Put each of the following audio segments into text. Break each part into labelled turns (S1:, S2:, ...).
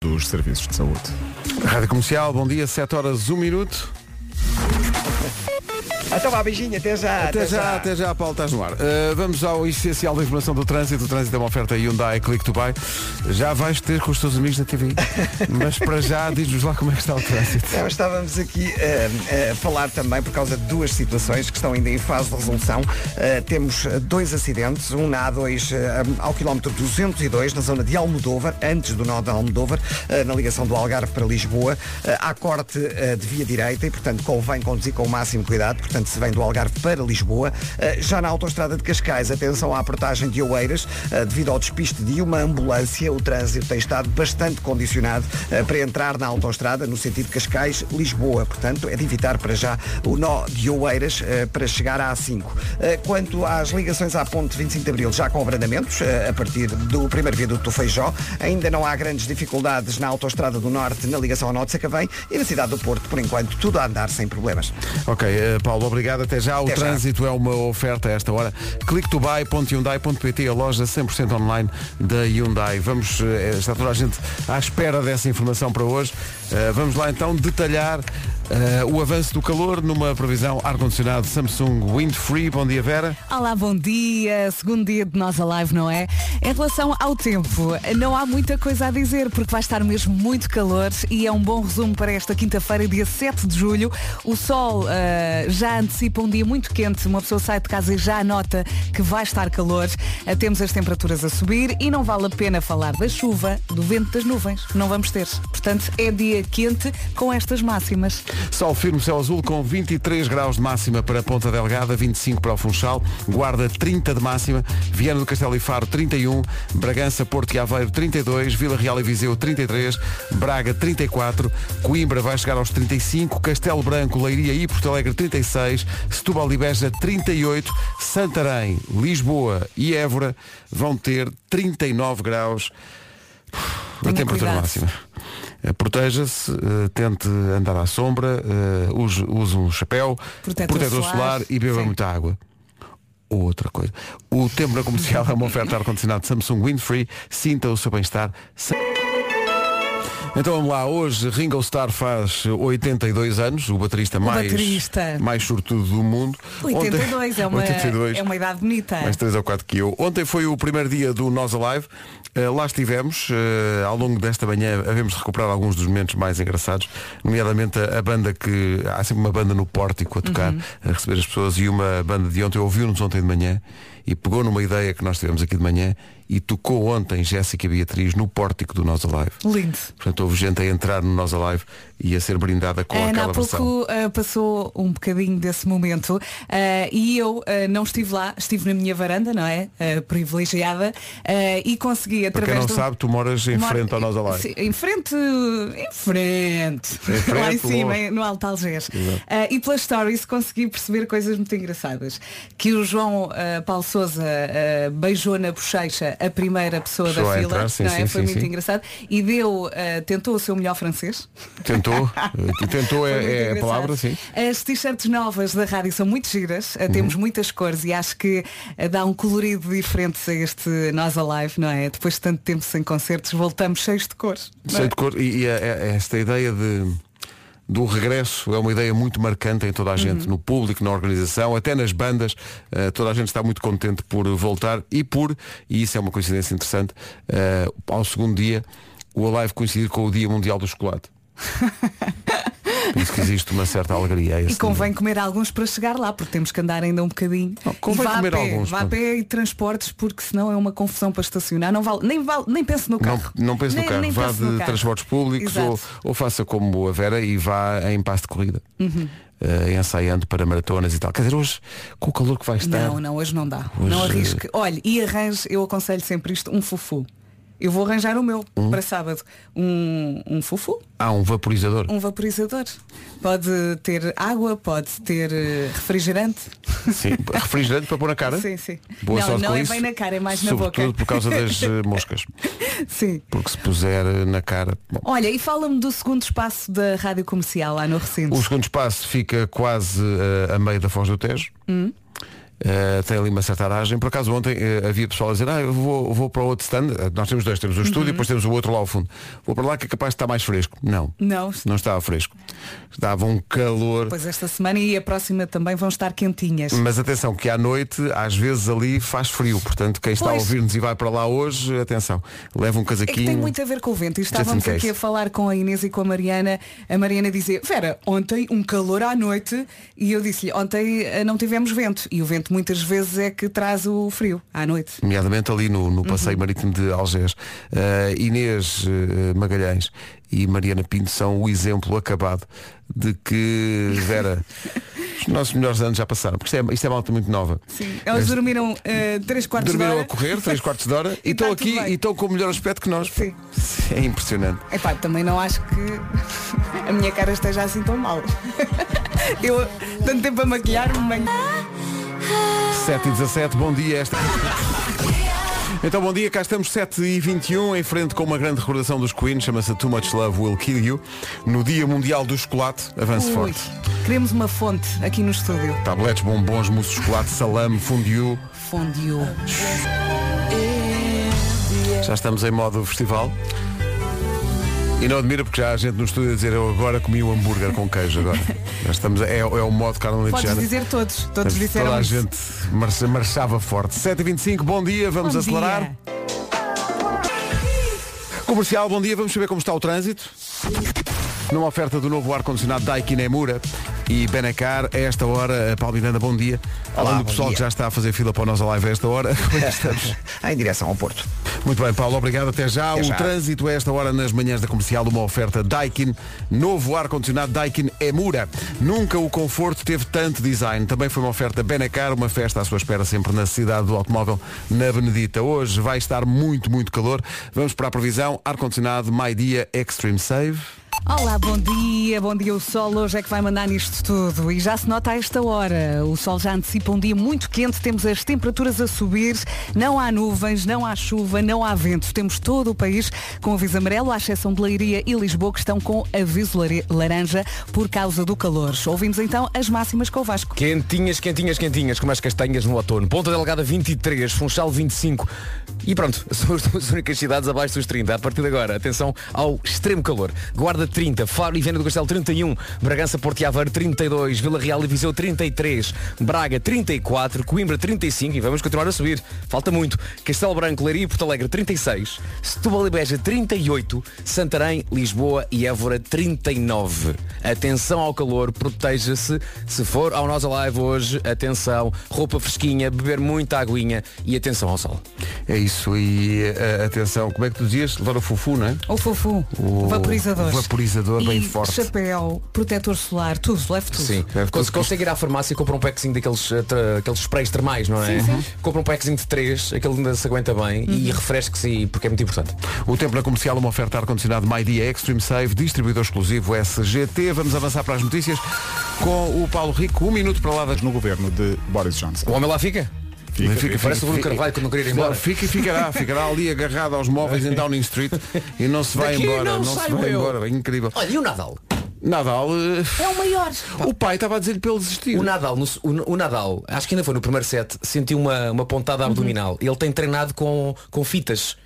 S1: dos serviços de saúde.
S2: Rádio Comercial, bom dia, 7 horas, 1 minuto.
S3: Então vá, beijinho, até já.
S2: Até já, até já, Paulo, estás no ar. Uh, vamos ao essencial da informação do trânsito. O trânsito é uma oferta Hyundai Click to Buy. Já vais ter com os teus amigos da TV. Mas para já, diz-nos lá como é que está o trânsito.
S3: Então, estávamos aqui eh, a falar também por causa de duas situações que estão ainda em fase de resolução. Eh, temos eh, dois acidentes, um na A2 eh, ao quilómetro 202, na zona de Almodóvar, antes do nó de Almodóvar, eh, na ligação do Algarve para Lisboa. Eh, há corte eh, de via direita e, portanto, convém conduzir com o máximo cuidado. Portanto, se vem do Algarve para Lisboa. Eh, já na autoestrada de Cascais, atenção à portagem de Oeiras, eh, devido ao despiste de uma ambulância, o trânsito tem estado bastante condicionado eh, para entrar na autoestrada no sentido Cascais-Lisboa. Portanto, é de evitar para já o nó de Oeiras eh, para chegar à A5. Eh, Quanto às ligações à ponte 25 de Abril, já com abrandamentos, eh, a partir do primeiro viaduto do Feijó, ainda não há grandes dificuldades na autoestrada do Norte, na ligação ao Norte de Sacavém e na cidade do Porto, por enquanto, tudo a andar sem problemas.
S2: Ok, eh, Paulo, obrigado. Até já. O
S3: Até já.
S2: trânsito é uma oferta a esta hora. clicktobuy.hyundai.pt, a loja 100% online da Hyundai. Vamos, eh, está toda a gente à espera dessa informação para hoje. Eh, vamos lá então detalhar eh, o avanço do calor numa previsão ar-condicionado Samsung Wind Free. Bom dia, Vera.
S4: Olá, bom dia. Segundo dia de nós a live, não é? Em relação ao tempo, não há muita coisa a dizer, porque vai estar mesmo muito calor e é um bom resumo para esta quinta-feira, dia 7 de julho. O sol ah, já antecipa um dia muito quente, uma pessoa sai de casa e já nota que vai estar calor. Ah, temos as temperaturas a subir e não vale a pena falar da chuva, do vento das nuvens, que não vamos ter. Portanto, é dia quente com estas máximas.
S2: Sol firme, céu azul com 23 graus de máxima para Ponta Delgada, 25 para o Funchal, Guarda 30 de máxima, Viana do Castelo e Faro 31, Bragança, Porto e Aveiro 32, Vila Real e Viseu 33, Braga 34, Coimbra vai chegar aos 35, Castelo Branco, Leiria e Porto Alegre 36, Setúbal e Beja 38, Santarém, Lisboa e Évora vão ter 39 graus a
S4: Tenha
S2: temperatura
S4: cuidado.
S2: máxima. Eh, Proteja-se, eh, tente andar à sombra, eh, use, use um chapéu,
S4: Protetor solar
S2: e beba
S4: sim.
S2: muita água. Outra coisa. O tempo na comercial é uma oferta de ar-condicionado Samsung Windfree. Sinta o seu bem-estar. sem- Então vamos lá, hoje Ringo Starr faz 82 anos, o baterista mais,
S4: baterista.
S2: mais sortudo do mundo.
S4: 82,
S2: Ontem-
S4: é, uma,
S2: 82.
S4: é uma idade bonita.
S2: Mais três ou quatro que eu. Ontem foi o primeiro dia do Nós Alive. Eh, lá estivemos, eh, ao longo desta manhã havemos recuperado alguns dos momentos mais engraçados, nomeadamente a, a banda que. Há sempre uma banda no pórtico a tocar,
S4: Uhum.
S2: a receber as pessoas, e uma banda de ontem ouviu-nos ontem de manhã e pegou numa ideia que nós tivemos aqui de manhã e tocou ontem Jéssica Beatriz no pórtico do Nós Alive.
S4: Lindo.
S2: Portanto, houve gente a entrar no Nós Alive e a ser brindada com
S4: A Ana
S2: aquela
S4: É, há
S2: versão.
S4: pouco ah, passou um bocadinho desse momento ah, e eu ah, não estive lá, estive na minha varanda, não é? Ah, privilegiada ah, e consegui
S2: Para quem
S4: através
S2: não
S4: do...
S2: sabe, tu moras em
S4: Mor-
S2: frente ao Nós Alive.
S4: Sim, Em frente, em frente.
S2: Em frente,
S4: Lá em
S2: boa.
S4: cima, em- no Alto Algés. Ah, e pelas stories consegui perceber coisas muito engraçadas. Que o João ah, Paulo Souza ah, beijou na bochecha a primeira pessoa
S2: Pessoa
S4: da
S2: a
S4: fila.
S2: entrar, sim,
S4: não
S2: sim,
S4: é? Foi
S2: sim,
S4: muito
S2: sim.
S4: engraçado. E deu, ah, tentou o seu melhor francês.
S2: Tentou, eh, tentou é,
S4: Foi muito
S2: é a
S4: engraçado.
S2: palavra, sim.
S4: As t-shirts novas da rádio são muito giras, eh, temos
S2: Uhum.
S4: muitas cores e acho que eh, dá um colorido diferente a este Nós Alive, não é? Depois de tanto tempo sem concertos, voltamos cheios de cores. não é?
S2: Cheio de cor. E, e a- a- esta ideia de, do regresso é uma ideia muito marcante em toda a gente,
S4: Uhum.
S2: no público, na organização, até nas bandas. Eh, toda a gente está muito contente por voltar e por, e isso é uma coincidência interessante, eh, ao segundo dia, o Alive coincidir com o Dia Mundial do Chocolate. Por isso que existe uma certa alegria. a
S4: E
S2: esse
S4: convém comer alguns para chegar lá, porque temos que andar ainda um bocadinho.
S2: Não, convém
S4: E vá
S2: comer
S4: a pé,
S2: alguns,
S4: Vá a
S2: pronto.
S4: pé e transportes, porque senão é uma confusão para estacionar. Não vale, nem, vale, nem penso no
S2: Não,
S4: carro.
S2: não pense no
S4: Nem-
S2: carro,
S4: nem
S2: vá
S4: penso no
S2: de
S4: carro.
S2: transportes públicos
S4: Exato.
S2: ou, ou faça como a Vera e vá em passo de corrida,
S4: Uhum.
S2: Eh, ensaiando para maratonas e tal. Quer dizer, hoje, com o calor que vai estar,
S4: Não, não, hoje não dá.
S2: Hoje, é
S4: Não arrisque. Olha, e arranje, eu aconselho sempre isto, um fufu. Eu vou arranjar o meu
S2: Hum?
S4: para sábado. Um, um fufu,
S2: há um vaporizador.
S4: um vaporizador. Pode ter água, pode ter eh, refrigerante.
S2: Sim, refrigerante para pôr na cara.
S4: Um. Sim, sim.
S2: Boa
S4: não,
S2: sorte
S4: não
S2: com
S4: é
S2: isso.
S4: bem na cara, é mais na
S2: Sobretudo
S4: boca.
S2: por causa das eh, moscas.
S4: Sim.
S2: Porque se puser eh, na cara. Bom,
S4: Olha, e fala-me do segundo espaço da Rádio Comercial lá no Recinto. Hum.
S2: o segundo espaço fica quase eh, a meio da Foz do Tejo. eh, tem ali uma certa aragem. Por acaso ontem eh, havia pessoal a dizer, ah, eu vou, vou para o outro stand. Eh, Nós temos dois, temos o
S4: Uhum.
S2: estúdio e depois temos o outro lá ao fundo. Vou para lá que é capaz de estar mais fresco. Não.
S4: Não.
S2: Não estava fresco. Estava um calor.
S4: Pois esta semana e a próxima também vão estar quentinhas.
S2: Mas atenção, que à noite, às vezes ali faz frio. Portanto, quem está
S4: Pois.
S2: a ouvir-nos e vai para lá hoje, atenção, leva um
S4: É
S2: casaquinho.
S4: que tem muito a ver com o vento. E
S2: in
S4: estávamos
S2: case.
S4: aqui a falar com a Inês e com a Mariana. A Mariana dizia, Vera, ontem um calor à noite e eu disse-lhe, ontem eh, não tivemos vento. E o vento muitas vezes é que traz o frio à noite.
S2: nomeadamente ali no,
S4: Uhum.
S2: no passeio marítimo de Algés. Eh, Inês eh, Magalhães e Mariana Pinto são o exemplo acabado de que, Vera, os nossos melhores anos já passaram, porque isto é, isto é malta muito nova.
S4: Elas
S2: Mas
S4: dormiram eh, três quartos de
S2: Dormiram
S4: hora.
S2: a correr, três quartos de hora, e
S4: E
S2: estão
S4: tá tudo
S2: aqui
S4: bem.
S2: e estão com o melhor aspecto que nós.
S4: Sim.
S2: É impressionante.
S4: Epá, também não acho que a minha cara esteja assim tão mal. eu tanto tempo a maquilhar-me bem.
S2: 7 e 17, bom dia esta. Então bom dia, cá estamos 7 e 21 em frente com uma grande recordação dos Queen, chama-se Too Much Love Will Kill You, no Dia Mundial do Chocolate, avance
S4: Ui,
S2: forte.
S4: queremos uma fonte aqui no estúdio.
S2: Tabletes, bombons, mousse de chocolate, salame, fundiu.
S4: Fondiu.
S2: Já estamos em modo festival. E não admira porque já há gente no estúdio a dizer eu agora comi um hambúrguer com queijo agora. Já estamos, é, é o modo carne
S4: Podes
S2: lentejana.
S4: dizer todos. Todos
S2: Mas
S4: disseram
S2: Toda a
S4: isso.
S2: gente marcha- marchava forte. 7h25, bom dia, vamos
S4: Bom
S2: acelerar.
S4: dia.
S2: Comercial, bom dia, vamos saber como está o trânsito. Numa oferta do novo ar-condicionado Daikin Emura e Benacar, a esta hora, Paulo Miranda, bom dia.
S3: Olá,
S2: Além do
S3: bom
S2: pessoal
S3: dia.
S2: que já está a fazer fila para o Nós Live a esta hora,
S3: em direção ao Porto.
S2: Muito bem, Paulo, obrigado. Até já.
S3: Até
S2: o
S3: já.
S2: trânsito a esta hora nas manhãs da comercial, uma oferta Daikin. Novo ar-condicionado Daikin Emura. Nunca o conforto teve tanto design. Também foi uma oferta Benacar, uma festa à sua espera sempre na cidade do automóvel, na Benedita. Hoje vai estar muito, muito calor. Vamos para a previsão. Ar-condicionado My Dia Extreme Save.
S4: Olá, bom dia, bom dia. O sol hoje é que vai mandar nisto tudo e já se nota a esta hora. O sol já antecipa um dia muito quente, temos as temperaturas a subir, não há nuvens, não há chuva, não há vento. Temos todo o país com aviso amarelo, à exceção de Leiria e Lisboa, que estão com aviso lare- laranja por causa do calor. Ouvimos então as máximas com o Vasco.
S1: Quentinhas, quentinhas, quentinhas, como as castanhas no outono. Ponta Delgada 23, Funchal 25. E pronto, são as duas únicas cidades abaixo dos 30. A partir de agora, atenção ao extremo calor. Guarda 30, Faro e Viana do Castelo 31, Bragança, Porto e Aveiro 32, Vila Real e Viseu 33, Braga 34, Coimbra 35 e vamos continuar a subir. Falta muito. Castelo Branco, Leiria e Porto Alegre 36, Setúbal e Beja 38, Santarém, Lisboa e Évora 39. Atenção ao calor, proteja-se. Se for ao Nós Alive hoje, atenção, roupa fresquinha, beber muita aguinha e atenção ao sol.
S2: É isso. E eh, atenção, como é que tu dizias? Levar o fufu, não é?
S4: O fofu,
S2: O
S4: vaporizador.
S2: vaporizador bem
S4: E
S2: forte.
S4: Chapéu, protetor solar, tudo, leve tudo.
S1: Sim,
S2: Deve
S1: quando
S2: ter-
S1: se consegue ir à farmácia e compra um packzinho daqueles eh, tra- aqueles sprays termais, não é? Compra um packzinho de três, aquele ainda se aguenta bem e refresque-se porque é muito importante.
S2: O tempo na comercial, uma oferta ar-condicionado My Dia Extreme Save, distribuidor exclusivo SGT. Vamos avançar para as notícias com o Paulo Rico. Um minuto para lá das
S5: no governo de Boris Johnson.
S1: O homem lá fica? Parece o Bruno Carvalho quando não queria ir embora.
S2: Fica e ficará, ficará ali agarrado aos móveis em Downing Street e não se vai
S1: Daqui
S2: embora.
S1: não
S2: se
S1: saio
S2: vai
S1: eu.
S2: embora. É incrível.
S1: Olha, e o Nadal?
S2: Nadal. eh,
S4: É o maior.
S2: O pai estava a dizer-lhe para ele desistir.
S1: O Nadal, no- o, o Nadal, acho que ainda foi no primeiro set, sentiu uma, uma pontada
S2: Uhum.
S1: abdominal. Ele tem treinado com, com fitas.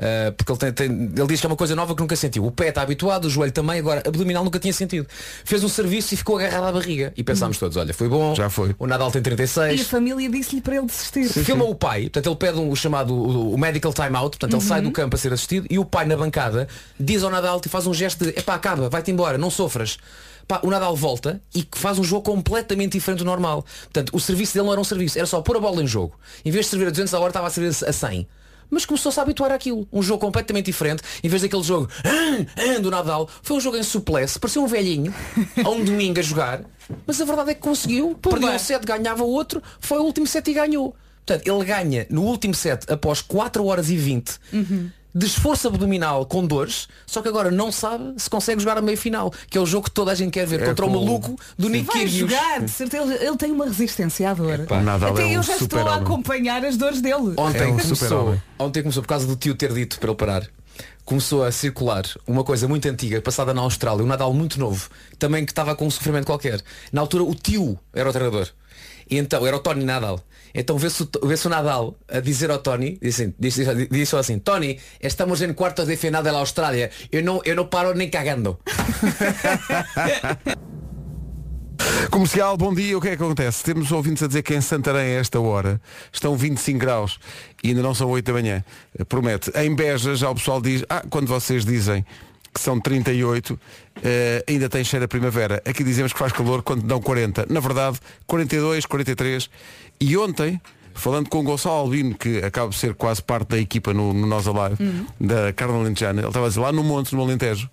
S1: Ah, porque ele, tem- tem- ele diz que é uma coisa nova que nunca sentiu. O pé está habituado, o joelho também, agora abdominal nunca tinha sentido. Fez um serviço e ficou agarrado à barriga. E pensámos todos, olha, foi bom.
S2: Uhum. Já foi.
S1: O Nadal tem
S4: E a
S1: 36.
S4: família disse-lhe para ele desistir.
S1: Filma o pai, portanto ele pede um, o chamado o, o medical timeout, portanto ele sai do campo a ser assistido e o pai na bancada diz ao Nadal e faz um gesto de epá, acaba, vai-te embora, não sofras. Pá, o Nadal volta e que faz um jogo completamente diferente do normal. Portanto, o serviço dele não era um serviço, era só pôr a bola em jogo. Em vez de servir a 200 a hora, estava a servir a 100. Mas começou-se a habituar àquilo. Um jogo completamente diferente. Em vez daquele jogo "Ah, ah", do Nadal, foi um jogo em suplesse. Parecia um velhinho, a um domingo a jogar. Mas a verdade é que conseguiu. Perdeu um set, ganhava outro. Foi o último set e ganhou. Portanto, ele ganha no último set após 4 horas e 20 de esforço abdominal com dores, só que agora não sabe se consegue jogar a meio final, que é o jogo que toda a gente quer ver,
S2: É
S1: contra o
S2: com-
S1: maluco do Nick
S4: Vai
S1: Kyrgios.
S4: jogar, de certeza. Ele tem uma resistência à dor.
S2: O Nadal
S4: Até
S2: é
S4: eu
S2: um
S4: já estou a
S2: super-homem.
S4: acompanhar as dores dele.
S1: Ontem
S2: É um
S1: começou,
S2: super-homem.
S1: ontem começou por causa do tio ter dito para ele parar. Começou a circular uma coisa muito antiga, passada na Austrália, um Nadal muito novo, também que estava com um sofrimento qualquer. Na altura o tio era o treinador. E então, era o Tony Nadal. Então vê-se o, T- vê-se o Nadal a dizer ao Tony, disse assim, disse, disse- disse assim, Tony, estamos em quartos de final da Austrália, eu não, eu não paro nem cagando.
S2: Comercial, bom dia. O que é que acontece? Temos ouvintes a dizer que em Santarém, a esta hora, estão 25 graus e ainda não são 8 da manhã. Promete. Em Beja, já o pessoal diz, ah, quando vocês dizem que são 38, eh, ainda tem cheiro a primavera. Aqui dizemos que faz calor quando dão 40. Na verdade, 42, 43. E ontem, falando com o Gonçalo Albino, que acaba de ser quase parte da equipa no, no Nós Alive, da Carla Lentejana, ele estava a dizer, lá no Monte, no Alentejo,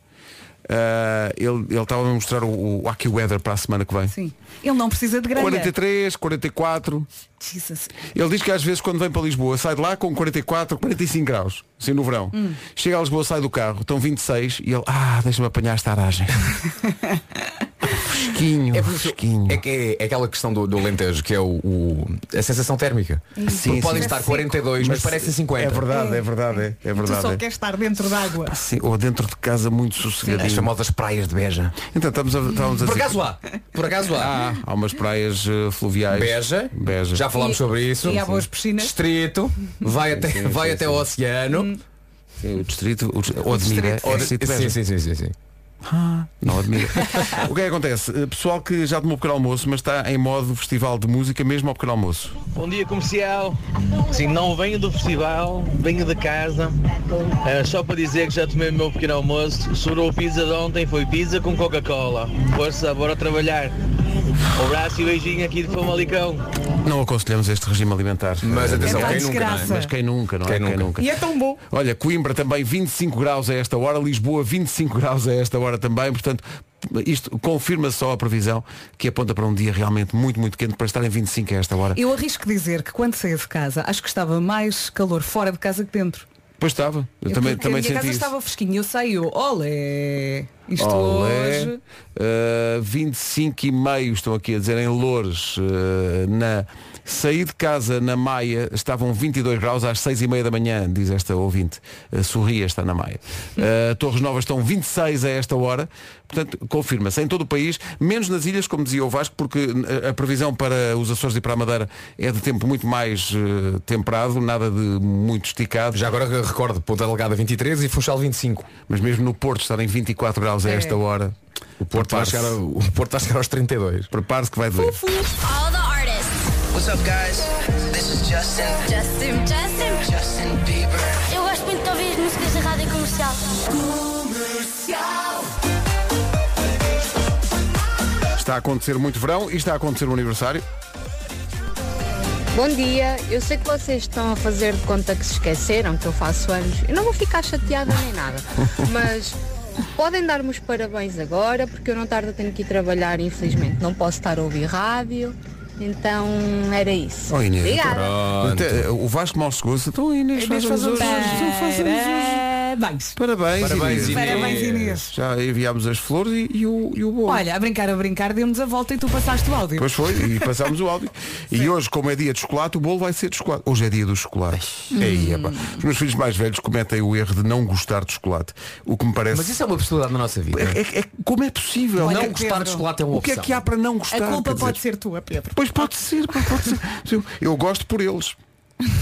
S2: eh, ele ele estava a mostrar o, o Aki Weather para a semana que vem.
S4: Sim. Ele não precisa de grana.
S2: 43, 44.
S4: Jesus.
S2: Ele diz que às vezes quando vem para Lisboa sai de lá com 44, 45 graus, assim no verão.
S1: Hum.
S2: Chega a Lisboa, sai do carro, estão 26 e ele, ah, deixa-me apanhar esta aragem. fresquinho, fresquinho.
S1: É, que é, é aquela questão do, do lentejo, que é o, o- a sensação térmica.
S2: Sim,
S1: Podem
S2: sim.
S1: estar
S4: Mas
S1: 42, mas, parecem 50.
S2: É verdade, é verdade, é, é
S4: Tu só
S2: verdade. é.
S4: queres estar dentro d'água.
S2: Sim, ou dentro de casa muito
S1: As
S2: sossegadinho.
S1: famosas praias de Beja.
S2: Então estamos a, estamos a
S1: é Hum, Por
S2: dizer-
S1: acaso há. Por acaso há.
S2: Ah, há umas praias eh, fluviais.
S1: Beja,
S2: Beja.
S1: já
S4: E-
S1: falámos sobre isso.
S4: e há boas piscinas.
S1: Distrito, vai até,
S2: sim,
S1: vai
S2: sim,
S1: até
S2: sim.
S1: o oceano.
S2: Sim, É, o distrito, o, o Admira, é
S1: Ou-
S2: distrito de Beja.
S1: sim, sim, sim, sim, sim.
S2: Não admira. o que é que acontece? Eh, Pessoal que já tomou pequeno almoço, mas está em modo festival de música mesmo ao pequeno almoço.
S5: Bom dia comercial. Sim, não venho do festival, venho de casa. Eh, só para dizer que já tomei o meu pequeno almoço. Sobrou pizza de ontem, foi pizza com Coca-Cola. Força, bora trabalhar. Um abraço e beijinho aqui de Famalicão.
S2: Não aconselhamos este regime alimentar.
S1: Mas
S2: Eh,
S1: atenção,
S4: pá,
S1: quem nunca, não é?
S4: desgraça.
S2: Mas quem nunca, não é?
S1: Quem nunca.
S4: E é tão bom.
S2: Olha, Coimbra também 25 graus a esta hora, Lisboa 25 graus a esta hora também, portanto, isto confirma só a previsão que aponta para um dia realmente muito, muito quente para estar em 25 a esta hora.
S4: Eu arrisco dizer que quando saí de casa, acho que estava mais calor fora de casa que dentro.
S2: Pois estava, eu também,
S4: Porque a
S2: também
S4: minha
S2: senti
S4: casa
S2: isso.
S4: estava fresquinha. Eu saí, eu, olé, isto
S2: Olé.
S4: hoje.
S2: Uh, 25 e meio estão aqui a dizer em Loures. uh, na... Saí de casa na Maia, estavam 22 graus às 6 e meia da manhã, diz esta ouvinte. Uh, sorria está na Maia. Uh, Torres Novas estão 26 a esta hora. Portanto, confirma-se em todo o país, menos nas ilhas, como dizia o Vasco, porque uh, a previsão para os Açores e para a Madeira é de tempo muito mais uh, temperado, nada de muito esticado.
S1: Já agora recordo, Ponta Delgada 23 e Funchal 25.
S2: Mas mesmo no Porto estarem 24 graus a esta hora. O
S1: Porto vai chegar, ao- o Porto vai chegar aos 32.
S2: Prepare-se que vai doer.
S6: All the artists.
S7: What's up, guys? This is Justin.
S6: Justin, Justin.
S7: Justin Bieber.
S8: Eu gosto muito de ouvir as músicas da rádio comercial.
S2: Está a acontecer muito verão e está a acontecer um aniversário.
S9: Bom dia, eu sei que vocês estão a fazer de conta que se esqueceram que eu faço anos. Eu não vou ficar chateada nem nada, mas podem dar-me os parabéns agora, porque eu não tarde tenho que ir trabalhar, infelizmente. Não posso estar a ouvir rádio, então era isso.
S2: Oh, Inês,
S9: Obrigada.
S2: Até, eh, o Vasco mal chegou-se. Então Inês, faz anos
S4: um
S2: hoje. Então faz anos hoje.
S4: Parabéns.
S2: Parabéns,
S1: Parabéns,
S2: Inês.
S1: Inês.
S4: Parabéns, Inês.
S2: Já enviámos as flores e, e o, e o bolo.
S4: Olha, a brincar, a brincar, deu-nos a volta e tu passaste o áudio.
S2: Depois foi e passámos o áudio. E hoje, como é dia de chocolate, o bolo vai ser de chocolate. Hoje é dia do chocolate. Ei, epá. Os meus filhos mais velhos cometem o erro de não gostar de chocolate. O que me parece.
S1: Mas isso é uma possibilidade na nossa vida.
S2: é, é- é- como é possível?
S4: Olha,
S1: não
S4: Pedro,
S1: gostar de chocolate é uma
S2: O que é
S1: opção.
S2: que há para não gostar?
S4: A
S2: Quer
S4: culpa
S2: dizer,
S4: pode ser tua, Pedro.
S2: Pois pode ser, pois pode ser. Eu gosto por eles.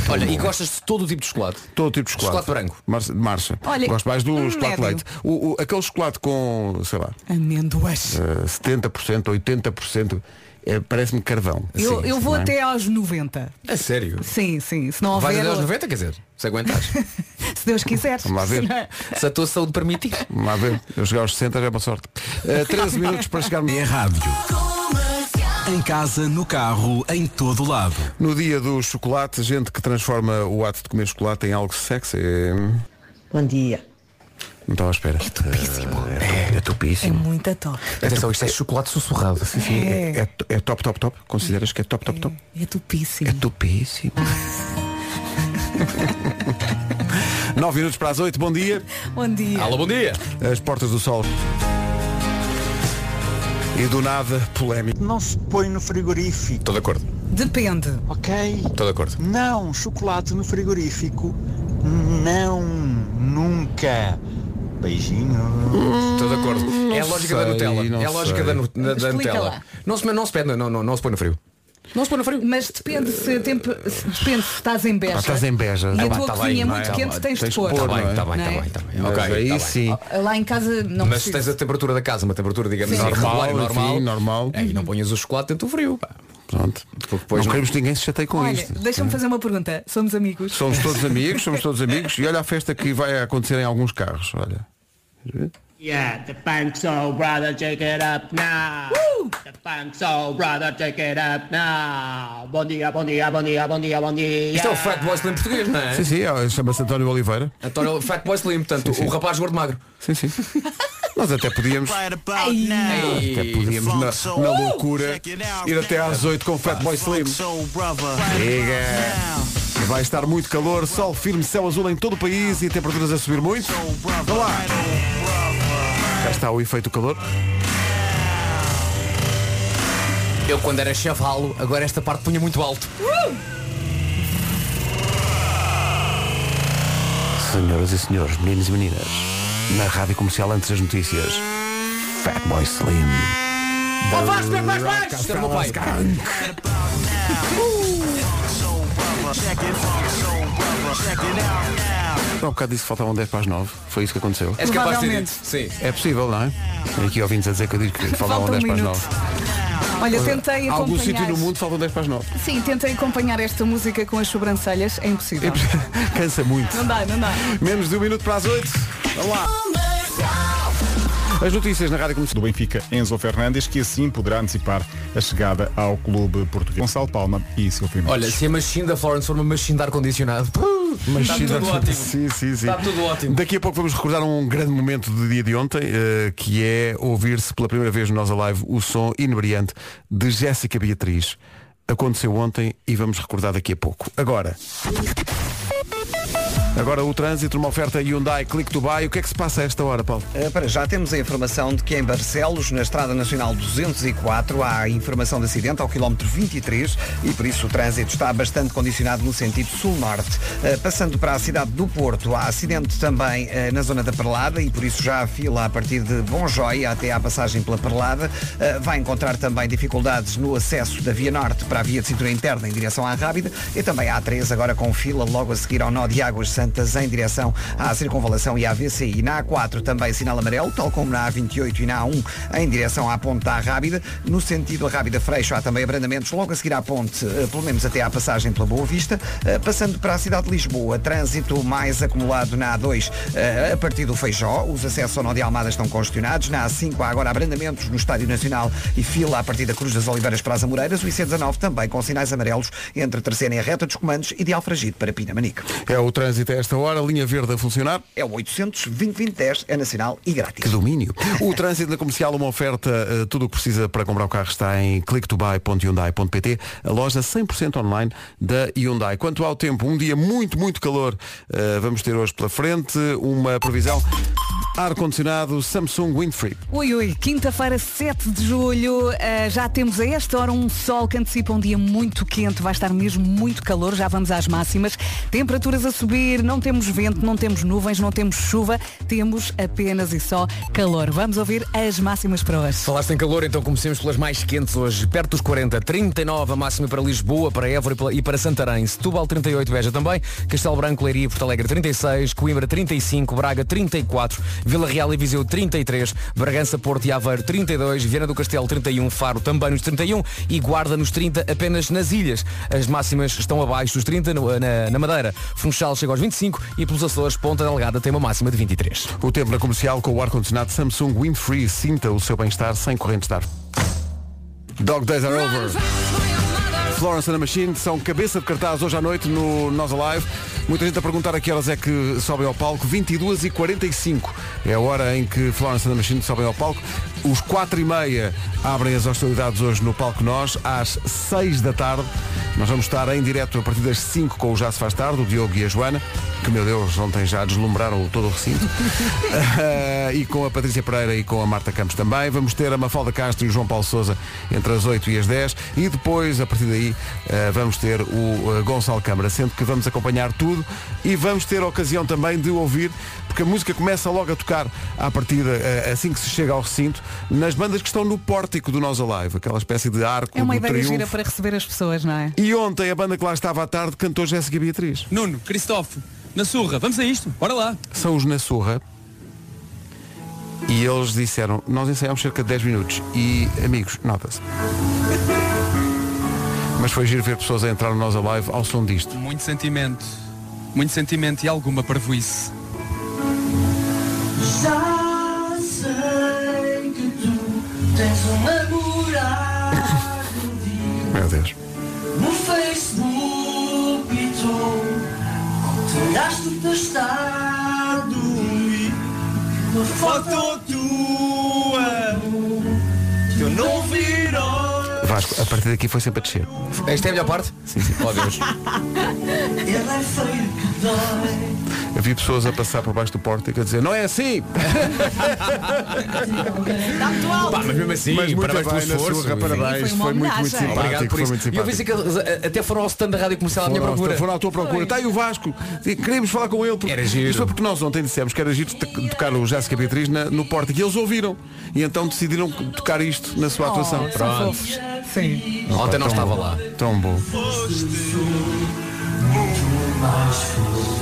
S1: Olha, e gostas de todo o tipo de chocolate?
S2: Todo tipo de chocolate.
S1: Chocolate branco.
S2: Marcha. marcha.
S4: Olha,
S2: Gosto mais do
S4: hum,
S2: chocolate
S4: médio.
S2: leite. O, o- aquele chocolate com, sei lá,
S4: Amêndoas.
S2: eh, 70%, 80%, eh, parece-me carvão.
S4: Eu,
S2: Assim,
S4: eu vou
S2: não é?
S4: até aos 90.
S1: É sério?
S4: Sim, sim. Se não
S1: Vais
S4: houver,
S1: até aos 90, quer dizer, se aguentares.
S4: se Deus quiser.
S2: Vamos lá ver.
S4: Se não-
S1: se a tua saúde permitir.
S2: Vamos lá ver. Eu chegar aos 60 já é uma sorte. Eh, 13 minutos para chegarmos.
S10: É rádio. Em casa, no carro, em todo lado.
S2: No dia do chocolate, gente que transforma o ato de comer chocolate em algo sexy. Hum,
S11: Bom dia.
S2: Não estava à espera. É tupíssimo. É, é
S4: É
S2: tupíssimo.
S4: muita top.
S1: Atenção, isto é chocolate sussurrado.
S2: Enfim, é, é to- é top, top, top. Consideras que é top, top, top?
S4: É tupíssimo.
S2: É tupíssimo. 9 minutos para as 8, bom dia.
S4: Bom dia.
S1: Alô, bom dia!
S2: As portas do sol. E do nada, polémica.
S5: Não se põe no frigorífico,
S1: Estou de acordo,
S4: Depende.
S5: ok?
S1: estou de acordo.
S5: Não, chocolate no frigorífico. Não, nunca. Beijinho.
S1: Estou de acordo. é a lógica da
S2: sei,
S1: Nutella.
S2: Hum, não
S1: É a lógica
S2: sei.
S1: da, nu- da- da
S4: Explica
S1: Nutella.
S4: lá.
S1: Não se, não se pede, não, não, não se põe no frio. Não se põe no frio.
S4: Mas depende se, tempo, se- depende se estás em beja.
S2: Ah, estás em Beja.
S4: E
S2: Tá
S4: a
S2: bem,
S4: tua
S2: tá bem,
S4: cozinha muito
S2: não é?
S4: quente tens, de
S2: Tens
S4: pôr.
S2: de pôr,
S4: Não
S2: não
S4: é?
S2: é?
S1: Está bem, está bem, está bem. Ok,
S2: Mas aí
S1: tá bem.
S2: sim.
S4: Lá em casa não
S1: Mas
S4: preciso.
S1: tens a temperatura da casa, uma temperatura, digamos,
S2: Sim.
S1: normal,
S2: Normal,
S1: normal,
S2: enfim, normal.
S1: Aí não ponhas o chocolate dentro do frio. pá.
S2: Pronto.
S1: Porque depois
S2: não
S1: não-
S2: queremos que ninguém se chateie com
S4: Olha,
S2: isto.
S4: deixa-me fazer uma pergunta. Somos amigos?
S2: Somos todos amigos, somos todos amigos. E olha a festa que vai acontecer em alguns carros. Olha.
S11: Yeah, the funk soul brother, take it up now. The funk soul brother, take it up now. Bom dia, bom dia, bom dia, bom dia, bom dia.
S1: Isto é o Fat Boy Slim português, não é?
S2: Sim, sim, é, chama-se António Oliveira.
S1: António, Fat Boy Slim, portanto, o rapaz gordo magro.
S2: Sim, sim. Nós até podíamos,
S1: Ei,
S2: até podíamos na, na loucura ir até às 8 com o Fatboy Slim. Chega! Vai estar muito calor, sol firme, céu azul em todo o país e temperaturas a subir muito. Vá lá! Já está o efeito calor.
S1: Eu quando era chavalo, agora esta parte punha muito alto.
S2: Senhoras e senhores, meninos e meninas, na rádio comercial antes das notícias, Fatboy Slim.
S1: Abaixo, mais, mais, mais! Era o meu pai.
S2: Há um bocado disse que faltavam 10 para as 9. Foi isso que aconteceu.
S1: És É capaz de ter
S4: Provavelmente.
S1: dito. Sim.
S2: É possível, não é? Tem aqui ouvintes a dizer que eu disse que faltavam
S4: Falta um
S2: 10 para as
S4: minuto.
S2: 9.
S4: Olha, tentei acompanhar.
S2: Algum sítio no mundo faltam 10 para as 9.
S4: Sim, tentei acompanhar esta música com as sobrancelhas. É impossível.
S2: Cansa muito.
S4: Não dá, não dá.
S2: Menos de um minuto para as 8. Vamos lá. As notícias na Rádio Comercial.
S12: do Benfica, Enzo Fernandes, que assim poderá antecipar a chegada ao clube português. Gonçalo Palma e Silvio Mendes.
S1: Olha, se a machine da Florence for uma machine de ar-condicionado, puh, está tudo ótimo.
S2: Sim, sim, sim.
S1: Está tudo ótimo.
S2: Daqui a pouco vamos recordar um grande momento do dia de ontem, eh, que é ouvir-se pela primeira vez no Nós Alive o som inebriante de Jéssica Beatriz. Aconteceu ontem e vamos recordar daqui a pouco. Agora. Agora o trânsito, uma oferta Hyundai Click Dubai. O que é que se passa a esta hora, Paulo?
S3: Uh, Para já temos a informação de que em Barcelos, na Estrada Nacional 204, há informação de acidente ao quilómetro 23 e por isso o trânsito está bastante condicionado no sentido sul-norte. Uh, Passando para a cidade do Porto, há acidente também uh, na zona da Perlada e por isso já a fila a partir de Bonjói até à passagem pela Perlada. Uh, Vai encontrar também dificuldades no acesso da Via Norte para a Via de Cintura Interna em direção à Rábida e também a A3 agora com fila logo a seguir ao nó de Águas Santas em direção à Circunvalação e à VCI. Na A4 também sinal amarelo, tal como na A28 e na A1 em direção à Ponte da Rábida. No sentido Rábida Freixo há também abrandamentos logo a seguir à Ponte, eh, pelo menos até à passagem pela Boa Vista. Eh, Passando para a cidade de Lisboa, trânsito mais acumulado na A2 eh, a partir do Feijó. Os acessos ao nó de Almada estão congestionados. Na A5 há agora abrandamentos no Estádio Nacional e fila a partir da Cruz das Oliveiras para as Amoreiras. O IC19 também com sinais amarelos entre a terceira e a reta dos comandos e de Alfragide para Pinamanique.
S2: É o trânsito a esta hora, linha verde a funcionar.
S3: É o 800 2010 é nacional e grátis.
S2: Que domínio. O trânsito na comercial, uma oferta, eh, tudo o que precisa para comprar o carro está em clicktobuy.hyundai.pt, a loja 100% online da Hyundai. Quanto ao tempo, um dia muito, muito calor eh, vamos ter hoje pela frente, uma previsão ar-condicionado Samsung Windfree.
S4: Ui, ui, quinta-feira, 7 de julho, eh, já temos a esta hora um sol que antecipa um dia muito quente, vai estar mesmo muito calor, já vamos às máximas, temperaturas a subir, não temos vento, não temos nuvens, não temos chuva, temos apenas e só calor. Vamos ouvir as máximas para hoje.
S1: Falaste em calor, então comecemos pelas mais quentes hoje. Perto dos 40, 39 a máxima para Lisboa, para Évora e pela- e para Santarém. Setúbal 38, Beja também. Castelo Branco, Leiria, e Porto Alegre 36, Coimbra 35, Braga 34, Vila Real e Viseu 33, Bragança, Porto e Aveiro 32, Viana do Castelo 31, Faro também nos 31 e Guarda nos 30 apenas nas ilhas. As máximas estão abaixo dos 30 no- na, na Madeira. Funchal chega aos 25 e pelos Açores, Ponta Delgada tem uma máxima de 23.
S2: O tempo na comercial com o ar-condicionado Samsung Windfree. Sinta o seu bem-estar sem correntes de ar. Dog Days Are Over. Florence and the Machine são cabeça de cartaz hoje à noite no Nós Alive. Muita gente a perguntar a que horas é que sobem ao palco. 22 e 45 é a hora em que Florence and the Machine sobem ao palco. Os 4 e meia abrem as hostilidades hoje no palco Nós, às 6 da tarde. Nós vamos estar em direto a partir das 5 com o Já Se Faz Tarde, o Diogo e a Joana. que meu Deus, ontem já deslumbraram todo o recinto. Ah, e com a Patrícia Pereira e com a Marta Campos também. Vamos ter a Mafalda Castro e o João Paulo Souza entre as 8 e as 10. E depois, a partir daí, ah, vamos ter o ah, Gonçalo Câmara, sendo que vamos acompanhar tudo e vamos ter a ocasião também de ouvir, porque a música começa logo a tocar à partida, ah, assim que se chega ao recinto, nas bandas que estão no pórtico do Nós Alive, aquela espécie de arco
S4: É uma
S2: do
S4: ideia
S2: triunfo.
S4: gira para receber as pessoas, não é?
S2: E ontem a banda que lá estava à tarde cantou Jéssica Beatriz.
S13: Nuno, Cristóvão,
S2: então.
S13: na surra, vamos a isto, bora lá.
S2: São os na surra. E eles disseram, nós ensaiámos cerca de 10 minutos. E, amigos, nota-se. Mas foi giro ver pessoas a entrar no Nós Alive ao som disto.
S13: Muito sentimento, muito sentimento e alguma parvoíce.
S7: Já sei que tu tens um namorado
S2: Meu Deus.
S7: no Facebook e tu tiraste o testado e uma foto tua que eu não virou.
S2: Vasco, a partir daqui foi sempre a descer.
S1: Esta é a melhor parte?
S2: Sim, sim. Oh, Deus.
S7: Ela é feio que dói.
S2: Havia pessoas a passar por baixo do pórtico a dizer, não é assim!
S1: Pá, mas mesmo assim,
S2: Mas muito
S1: parabéns
S2: bem,
S1: pelo
S2: na
S1: esforço.
S2: surra, parabéns, Sim, foi uma foi muito, muito homenagem. simpático,
S1: Obrigado por
S2: foi
S1: isso.
S2: muito
S1: e eu vi que eles, a- até foram ao stand da Rádio Comercial à minha
S2: Foram à-
S1: procura.
S2: foram à tua procura. Está aí o Vasco. Queríamos falar com ele. Porque... Era
S1: giro.
S2: Isto foi porque nós ontem dissemos que era giro to- tocar o Jéssica Beatriz na- no pórtico. E eles ouviram. E então decidiram tocar isto na
S4: Oh,
S2: sua atuação.
S1: Pronto.
S4: Sim.
S2: Opa,
S1: Ontem não
S2: tão
S1: estava
S2: bom.
S1: lá.
S2: Tão bom.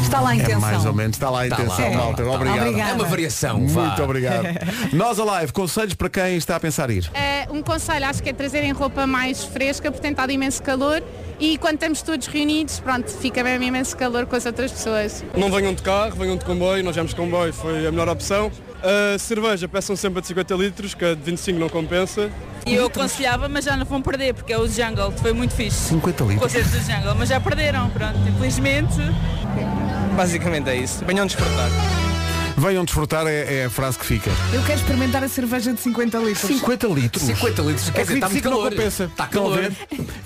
S4: Está lá a
S2: É
S4: intenção.
S2: mais ou menos. Está lá a
S1: Está
S2: intenção,
S1: Tá lá, está lá,
S2: malta.
S1: está lá.
S2: Obrigado.
S1: Obrigada. É uma variação,
S2: Muito
S1: vá.
S2: obrigado. Nós a live, conselhos para quem está a pensar ir.
S14: Eh, um conselho acho que é trazerem roupa mais fresca, porque tem estado imenso calor e quando estamos todos reunidos, pronto, fica mesmo imenso calor com as outras pessoas.
S15: Não venham de carro, venham de comboio, nós viemos de comboio, foi a melhor opção. A cerveja, peçam sempre a de 50 litros, que a de 25 não compensa.
S16: E eu aconselhava, mas já não vão perder, porque é o Jungle, foi muito fixe.
S2: 50
S16: O
S2: litros.
S16: concerto do Jungle, mas já perderam, pronto, infelizmente.
S13: Basicamente é isso, venham despertar.
S2: Venham desfrutar, é, é a frase que fica.
S4: Eu quero experimentar a cerveja de 50 litros.
S2: 50 litros.
S1: 50 litros, quer
S2: É que
S15: tá
S1: dizer,
S2: 25
S1: está muito
S2: não
S1: calor.
S2: compensa.
S1: Está
S2: Estão a
S1: calor.
S2: ver?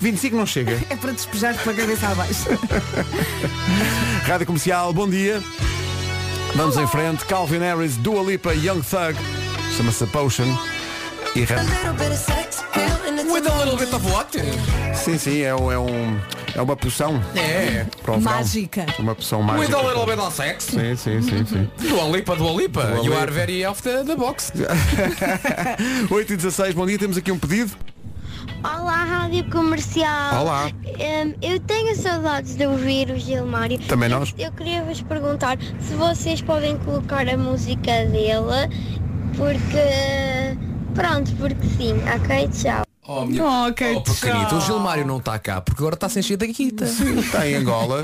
S2: 25 não chega.
S4: É para despejar pela cabeça abaixo.
S2: Então Rádio Comercial, bom dia. Vamos em frente. Calvin Harris, Dua Lipa, Young Thug. Chama-se Potion. E Ra-
S1: With a little bit of what?
S2: Sim, sim, é, um- é um, é uma poção.
S1: É.
S2: Para o verão.
S1: Mágica.
S2: Uma poção mágica.
S15: Um
S1: With a little bit of sex.
S2: Sim, sim, sim, sim.
S1: Do Alipa, do Alipa.
S2: Dua
S1: You
S2: Lipa.
S1: are very off the, the box.
S2: 8 e 16, bom dia, temos aqui um pedido.
S8: Olá, Rádio Comercial.
S2: Olá.
S8: Hum, eu tenho saudades de ouvir o Gilmário.
S2: Também nós.
S8: Eu, eu queria vos perguntar se vocês podem colocar a música dele, porque. Pronto, porque sim. Ok, tchau.
S1: Oh, minha... oh, pequenito, o Gilmário não está cá, porque agora está sem encher da guita.
S2: Sim, está em Angola,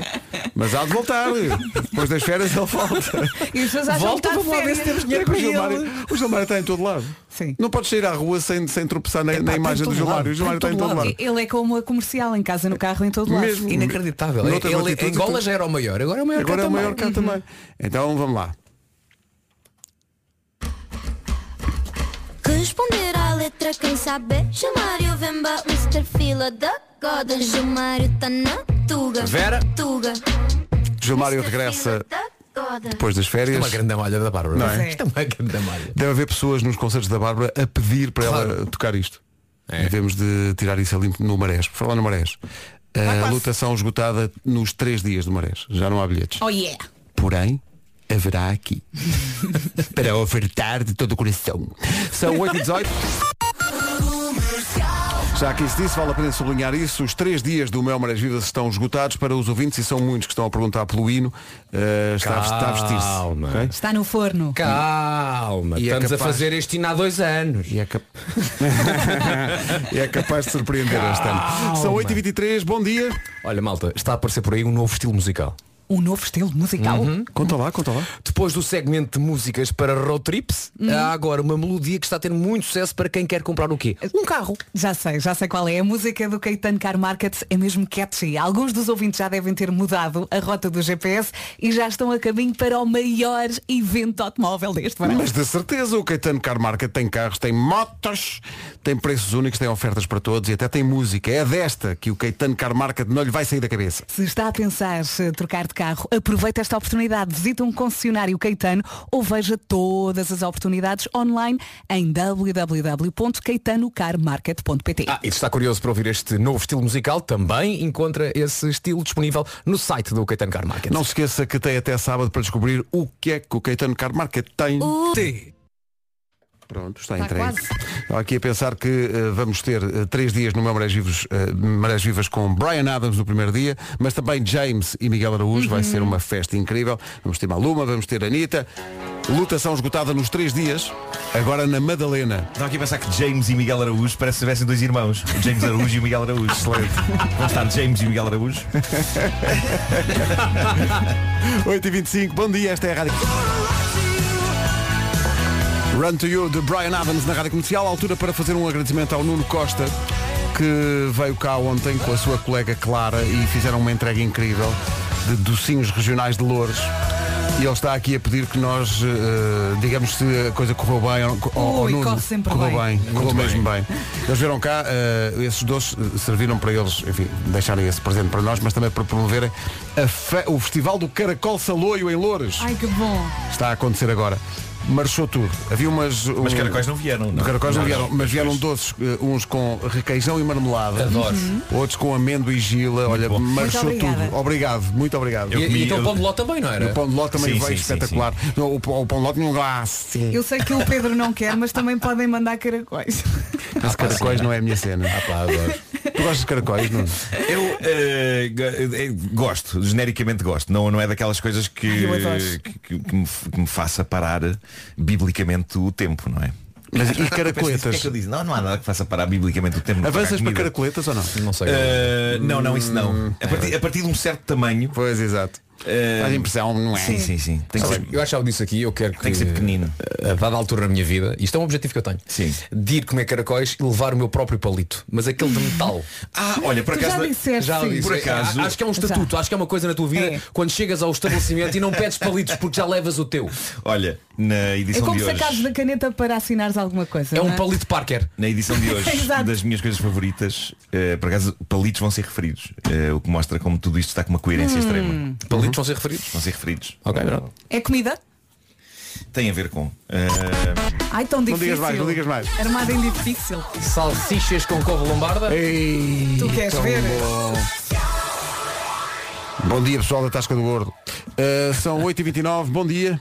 S2: mas há de voltar. Depois das férias ele volta.
S4: E as pessoas acham que está de férias.
S2: É que o, Gilmário, o Gilmário está em todo lado.
S4: Sim.
S2: Não podes sair à rua sem, sem tropeçar na, na
S4: Pá,
S2: imagem
S4: tem
S2: do
S4: todo
S2: Gilmário.
S4: lado,
S2: O Gilmário está em todo lado.
S4: Ele é como a comercial, em casa, no carro, em todo lado.
S2: Mesmo.
S1: Inacreditável.
S2: Noutras
S1: Ele-
S2: latitudes,
S1: Angola
S2: outras-
S1: já era o maior, agora é o maior
S2: Agora
S1: cá
S2: é o maior cá
S1: também. Uhum.
S2: também. Então vamos lá.
S6: Responder à letra, quem sabe? Gilmário Vemba, Mr. Fila da Goda. Gilmário tá na Tuga.
S2: Vera.
S6: Tuga.
S2: Gilmário regressa
S6: Goda.
S2: depois das férias.
S1: Isto é uma grande malha da Bárbara.
S2: Não é?
S1: Isto é uma grande malha.
S2: Deve haver pessoas nos concertos da Bárbara a pedir para ela tocar isto. Devemos de tirar isso a limpo no Marés. Por falar no Marés. A lotação esgotada nos três dias do Marés. Já não há bilhetes.
S16: Oh yeah!
S2: Porém, haverá aqui. para ofertar de todo o coração. São 8 e 18. Já aqui se disse, vale a pena sublinhar isso. Os três dias do Mel Marés Vivas estão esgotados para os ouvintes e são muitos que estão a perguntar pelo hino. Eh, está, a- está a vestir-se.
S1: Calma.
S2: ok?
S4: Está no forno.
S1: Calma,
S2: E é
S1: estamos a
S2: capaz-
S1: fazer este hino há dois anos.
S2: E é, cap... e é capaz de surpreender este ano. São 8h23, bom dia.
S1: Olha, malta, está a aparecer por aí um novo estilo musical.
S4: Um novo estilo musical.
S2: Conta lá, conta lá.
S1: Depois do segmento de músicas para road trips, há agora uma melodia que está a ter muito sucesso para quem quer comprar o quê? Um carro.
S4: Já sei, já sei qual é. A música do Caetano Car Market é mesmo catchy. Alguns dos ouvintes já devem ter mudado a rota do GPS e já estão a caminho para o maior evento automóvel deste verão.
S2: Mas de certeza o Caetano Car Market tem carros, tem motos, tem preços únicos, tem ofertas para todos e até tem música. É desta que o Caetano Car Market não lhe vai sair da cabeça.
S4: Se está a pensar eh, trocar de carro. Aproveita esta oportunidade, visita um concessionário Caetano ou veja todas as oportunidades online em www.caetanocarmarket.pt.
S1: Ah, e se está curioso para ouvir este novo estilo musical, também encontra esse estilo disponível no site do Caetano Car Market.
S2: Não se esqueça que tem até sábado para descobrir o que é que o Caetano Car Market tem.
S1: T.
S2: Pronto, está entregue. Estava aqui a pensar que eh, vamos ter eh, três dias no meu Marés Vivos, eh, Marés Vivas com Brian Adams no primeiro dia, mas também James e Miguel Araújo. Vai ser uma festa incrível. Vamos ter Maluma, vamos ter Anitta. Lutação esgotada nos três dias, agora na Madalena.
S17: Estava aqui a pensar que James e Miguel Araújo parece que tivessem dois irmãos. O James Araújo e o Miguel Araújo. Excelente. Vão estar James e Miguel Araújo.
S2: 8h25, bom dia, esta é a Rádio. Run to You de Brian Adams na Rádio Comercial, altura para fazer um agradecimento ao Nuno Costa, que veio cá ontem com a sua colega Clara e fizeram uma entrega incrível de docinhos regionais de Louros. E ele está aqui a pedir que nós eh, digamos se a coisa correu bem ou, ou, ou
S4: Ui,
S2: Nuno,
S4: corre sempre
S2: correu
S4: bem.
S2: bem, correu
S4: Muito
S2: mesmo bem. Eles vieram cá, eh, esses doces eh, serviram para eles, enfim, deixarem esse presente para nós, mas também para promoverem a fe- o Festival do Caracol Saloio em Louros
S4: Ai que bom!
S2: está a acontecer agora. Marchou tudo. Havia umas. um-
S17: Mas caracóis não vieram, não.
S2: Caracóis não,
S17: Não,
S2: vieram,
S17: não.
S2: mas vieram doces, eh, uns com requeijão e marmelada.
S17: Adoro.
S2: Outros com amêndoa e gila. Olha, marchou
S1: Muito obrigada.
S2: tudo. Obrigado, muito obrigado.
S1: Eu E- comi- e então o eu- pão de ló também, não era?
S2: O pão de ló também
S1: Sim,
S2: veio
S1: sim, sim,
S2: espetacular. Não, o, pão- o pão de ló tinha um glace.
S4: Eu sei que o Pedro não quer, mas também podem mandar caracóis.
S2: Mas caracóis não é a minha cena. Tu gostas de caracóis, não?
S17: Eu eh, go- eh, gosto, genericamente gosto. Não, não é daquelas coisas que,
S2: Ai, eu adoro.
S17: que, que- que me, que me faça parar biblicamente o tempo, não é?
S2: Mas e
S17: Eu penso
S2: caracoletas?
S17: isso, o que é que eu disse? Não, não há nada que faça parar biblicamente o tempo. não tocar
S2: Avanças para
S17: comida.
S2: caracoletas ou não? Não sei.
S17: Eh, não, não, isso não. A partir, a partir de um certo tamanho. Eh,
S2: Pois, exato.
S1: Faz
S2: impressão, não é?
S17: Sim, sim, sim. Tem que
S1: Sabe,
S17: ser-
S1: Tá Eu achava disso aqui, eu quero que. eh,
S17: Tem que ser pequenino.
S1: A dada altura na minha vida, isto é um objetivo que eu tenho.
S17: Sim.
S1: De ir comer caracóis e levar o meu próprio palito. Mas aquele de metal.
S17: Ah, olha, por Tu acaso- já disseste
S1: Já
S17: sim.
S1: disse.
S17: Por acaso-
S1: Acho que é um estatuto, acho que é uma coisa na tua vida quando chegas ao estabelecimento e não pedes palitos porque já levas o teu.
S17: Olha, na
S4: É
S17: edição
S4: como
S17: de hoje.
S4: sacares da caneta para assinares alguma coisa. não
S1: É um
S4: é?
S1: palito Parker.
S17: Na edição de hoje,
S4: Exato.
S17: das minhas coisas favoritas, eh, por acaso, palitos vão ser referidos. eh, o que mostra como tudo isto está com uma coerência
S4: Hum.
S17: extrema.
S1: Palitos vão ser referidos?
S17: Vão ser referidos.
S4: É comida?
S17: Tem a ver com. eh,
S4: Ai, tão difícil.
S2: mais.
S4: Armada em difícil.
S1: Salsichas com couve lombarda.
S4: Tu queres
S2: tão
S4: ver?
S2: bom. Bom dia pessoal da Tasca do Gordo. Uh, são 8h29, bom dia.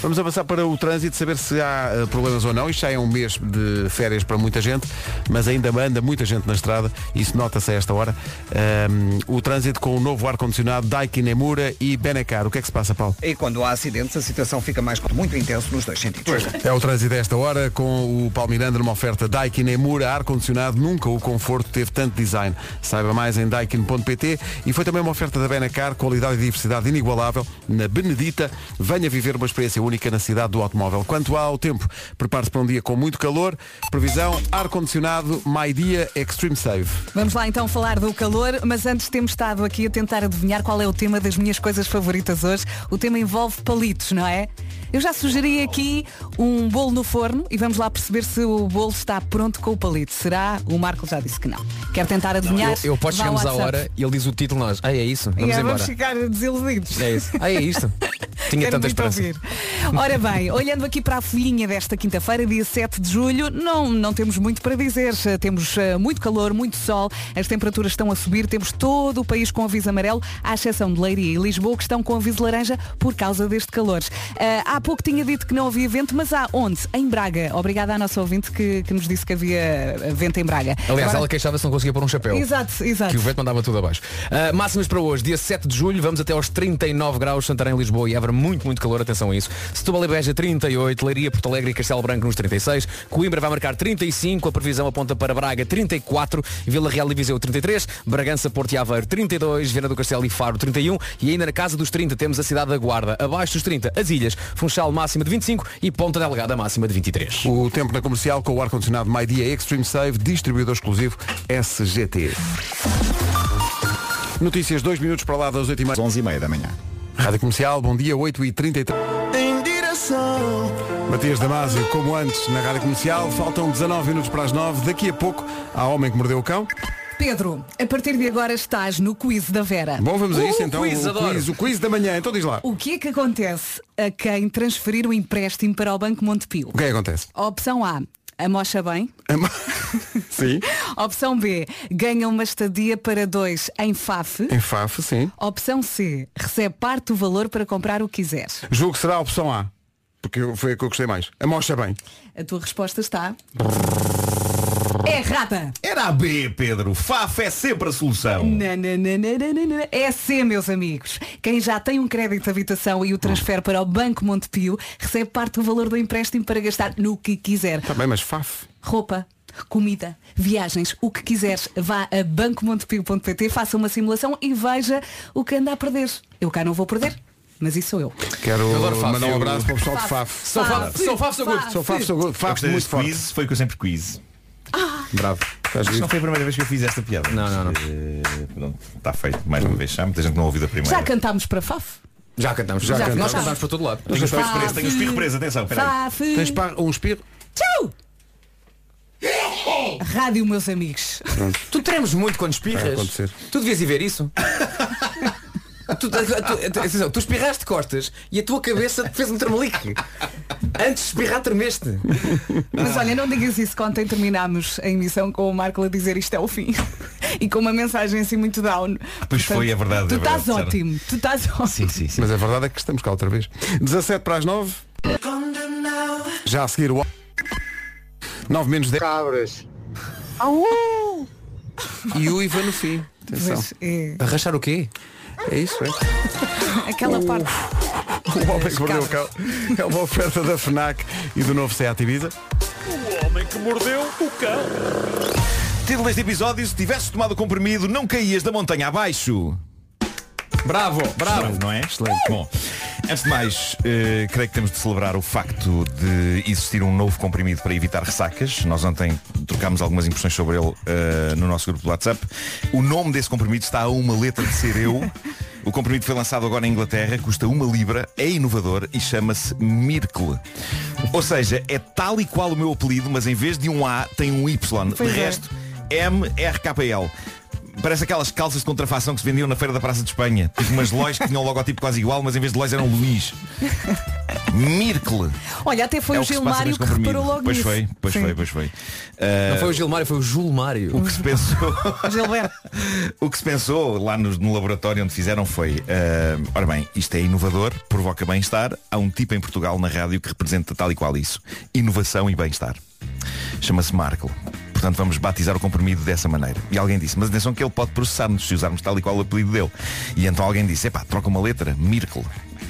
S2: Vamos avançar para o trânsito, saber se há uh, problemas ou não. Isto já é um mês de férias para muita gente, mas ainda anda muita gente na estrada, isso nota-se a esta hora. Um, o trânsito com o novo ar-condicionado Daikin Emura e Benacar. O que é que se passa, Paulo?
S3: E quando há acidentes, a situação fica mais muito intenso nos dois sentidos.
S2: É o trânsito desta hora com o Paulo Miranda numa oferta Daikin Emura ar-condicionado. Nunca o conforto teve tanto design. Saiba mais em daikin.pt e foi também uma oferta da Benacar, qualidade e diversidade inigualável na Benedita. Venha viver uma experiência única na cidade do automóvel. Quanto ao tempo, prepare-se para um dia com muito calor. Previsão ar-condicionado My Dia Extreme Save.
S4: Vamos lá então falar do calor, mas antes temos estado aqui a tentar adivinhar qual é o tema das minhas coisas favoritas hoje. O tema envolve palitos, não é? Eu já sugeri aqui um bolo no forno e vamos lá perceber se o bolo está pronto com o palito. Será? O Marco já disse que não. Quer tentar adivinhar?
S1: Eu, eu posso
S4: Vá ao
S1: chegarmos à
S4: WhatsApp.
S1: hora e ele diz o título nós. Ah, é isso?
S4: E
S1: Vamos
S4: é,
S1: embora.
S4: vamos ficar desiludidos.
S1: É isso. Ah, é isto. Tinha
S4: Quero
S1: tanta
S4: muito
S1: esperança.
S4: ouvir. Ora bem, olhando aqui para a folhinha desta quinta-feira, dia 7 de julho, não, não temos muito para dizer. Temos eh, muito calor, muito sol, as temperaturas estão a subir, temos todo o país com aviso amarelo, à exceção de Leiria e Lisboa, que estão com aviso laranja por causa deste calor. Eh, há pouco tinha dito que não havia vento, mas há onde? Em Braga. Obrigada à nossa ouvinte que, que nos disse que havia eh, vento em Braga.
S1: Aliás,
S4: Agora-
S1: ela queixava-se não conseguia pôr um chapéu.
S4: Exato, exato.
S1: Que o vento mandava tudo abaixo. Ah, máximas para hoje, dia 7 de julho, vamos até aos 39 graus, Santarém, Lisboa e Évora, muito, muito calor, atenção a isso. Setúbal e Beja, 38, Leiria, Porto Alegre e Castelo Branco nos 36, Coimbra vai marcar 35, a previsão aponta para Braga 34, Vila Real e Viseu 33, Bragança, Porto e Aveiro 32, Viana do Castelo e Faro 31 e ainda na casa dos 30 temos a cidade da Guarda, abaixo dos 30, as ilhas, Funchal máxima de 25 e Ponta Delgada máxima de 23.
S2: O tempo na comercial com o ar-condicionado My Dia Extreme Save, distribuidor exclusivo SGT. Notícias, dois minutos para lá das 8h30.
S12: 11h30 da manhã.
S2: Rádio Comercial, bom dia, 8h33. Em direção. Matias Damasio, como antes, na Rádio Comercial, faltam 19 minutos para as 9. Daqui a pouco, há Homem que Mordeu o Cão.
S4: Pedro, a partir de agora estás no quiz da Vera.
S2: Bom, vamos a isso
S4: Uh,
S2: então.
S4: quiz,
S2: o,
S4: adoro.
S2: quiz, o quiz da manhã, então diz lá.
S17: Uh.
S4: O que é que acontece a quem transferir o empréstimo para o Banco Montepio?
S2: O que é que acontece?
S4: Opção A, amocha bem.
S2: Sim.
S4: Opção B, ganha uma estadia para dois em FAF.
S2: Em FAF, sim.
S4: Opção C, recebe parte do valor para comprar o que quiser.
S2: Julgo que será a opção A. Porque eu- foi a que eu gostei mais. Amostra bem.
S4: A tua resposta está errada.
S17: Era a B, Pedro. FAF é sempre a solução.
S4: Não, não, não, não, não, não, não. É C, meus amigos. Quem já tem um crédito de habitação e o transfere para o Banco Montepio recebe parte do valor do empréstimo para gastar no que quiser.
S2: Está Tá bem, mas FAF.
S4: Roupa, comida, viagens, o que quiseres. Vá a bancomontepio.pt, faça uma simulação e veja o que anda a perder. Eu cá não vou perder, mas isso sou eu.
S2: Quero
S17: Eu adoro FAF.
S2: mandar um
S17: Eu-
S2: abraço para o pessoal de
S4: FAF.
S2: FAF.
S4: Sou FAF, sou FAF, sou good.
S2: Sou FAF, sou good.
S17: Eu
S2: FAF
S17: gostei
S2: muito
S17: deste
S2: forte.
S17: quiz, foi o que eu sempre quis.
S2: Bravo.
S17: Acho que não foi a primeira vez que eu fiz esta piada. Não, não, não. Está feito mais uma vez. Há muita gente que não ouviu da primeira.
S4: Já cantámos para FAF?
S1: Já cantamos.
S4: Já cantamos.
S1: Nós cantamos para todo lado.
S17: Tenho um espirro preso, tenho um espirro preso, atenção, peraí.
S4: Faf. Tens
S2: um espirro?
S4: Tchau! Rádio, meus amigos.
S1: Tu tremes muito
S17: É,
S1: quando
S2: Vai
S1: espirras.
S2: acontecer.
S1: Tu devias ir ver isso. tu, tu, tu- tu- atenção, tu espirraste de costas e a tua cabeça fez um tremelique. Antes de espirrar tremeste.
S4: Mas olha, não digas isso que ontem terminámos a emissão com o Marco a dizer isto é o fim. E com uma mensagem assim muito down.
S2: pois foi, é verdade,
S4: Tu
S2: é verdade,
S4: estás
S2: Sara.
S4: ótimo, tu estás ótimo.
S2: Mas a verdade é que estamos cá outra vez. 17 para as 9. Já a seguir o... 9 menos 10. Cabras. E o Ivan no fim. Atenção.
S4: Pois Uh! é.
S2: Arrachar o quê? É isso, é.
S4: Aquela parte.
S2: O Homem que Mordeu o Cão é uma oferta da FNAC e do novo Seat Ibiza.
S7: O homem que mordeu o cão.
S17: Título deste episódio, se tivesses tomado comprimido, não caías da montanha abaixo.
S2: Bravo,
S17: bravo. não é? Excelente. Bom, antes de mais, eh, creio que temos de celebrar o facto de existir um novo comprimido para evitar ressacas. Nós ontem trocámos algumas impressões sobre ele eh, no nosso grupo do WhatsApp. O nome desse comprimido está a uma letra de ser eu. O comprimido foi lançado agora na Inglaterra, custa uma libra, é inovador e chama-se Miracle. Ou seja, é tal e qual o meu apelido, mas em vez de um A tem um Y.
S18: Pois
S17: de
S18: é.
S17: resto, MRKL. Parece aquelas calças de contrafação que se vendiam na Feira da Praça de Espanha. Tipo umas lojas que tinham um logotipo quase igual, mas em vez de lojas eram Luís. Mircle.
S4: Olha, até foi
S17: É
S4: o,
S17: o que se passa
S4: Gilmário
S17: neste
S4: que
S17: comprimido.
S4: reparou logo
S17: Pois
S4: nisso.
S17: foi, pois
S4: Sim.
S17: foi, pois foi.
S1: Não
S17: Ah,
S1: foi o Gilmário, foi o Julmário.
S17: o que se pensou.
S4: Gilberto.
S17: o que se pensou lá no, no laboratório onde fizeram foi, ah, ora bem, isto é inovador, provoca bem-estar. Há um tipo em Portugal na rádio que representa tal e qual isso. Inovação e bem-estar. Chama-se Marco. Portanto, vamos batizar o comprimido dessa maneira. E alguém disse, mas atenção que ele pode processar-nos se usarmos tal e qual o apelido dele. E então alguém disse, epá, troca uma letra, Miracle.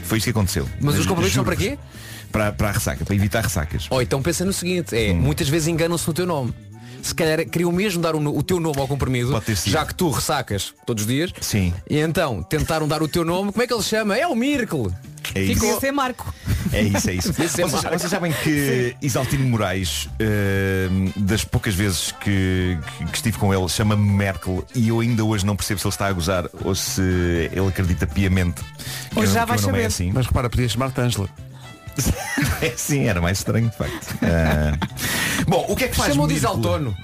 S17: Foi isso que aconteceu.
S1: Mas os comprimidos são para
S17: Juro-vos.
S1: quê?
S17: Para, para a ressaca, para evitar ressacas.
S1: Ou então pensa no seguinte,
S17: Hum.
S1: é, muitas vezes enganam-se no teu nome. Se calhar queriam mesmo dar o, no- o teu nome ao comprimido, já que tu ressacas todos os dias.
S17: Sim.
S1: E então tentaram dar o teu nome, como é que ele se chama? É o Miracle.
S17: É isso.
S4: Podia ser Marco.
S17: É isso, é isso.
S1: Podia ser
S17: vocês,
S1: Marco.
S17: vocês sabem que Isaltino Moraes, eh, das poucas vezes que, que- que estive com ele, chama-me Merkel e eu ainda hoje não percebo se ele está a gozar ou se ele acredita piamente que,
S2: Hoje
S17: o-
S2: já
S17: que o
S2: vais
S17: meu nome
S2: saber.
S17: é assim.
S2: Mas repara, podias chamar-te Ângela.
S17: É, Sim, era mais estranho, de facto. Ah, bom, o que é que faz
S1: Chamou de
S17: Mirko?
S1: Isaltono.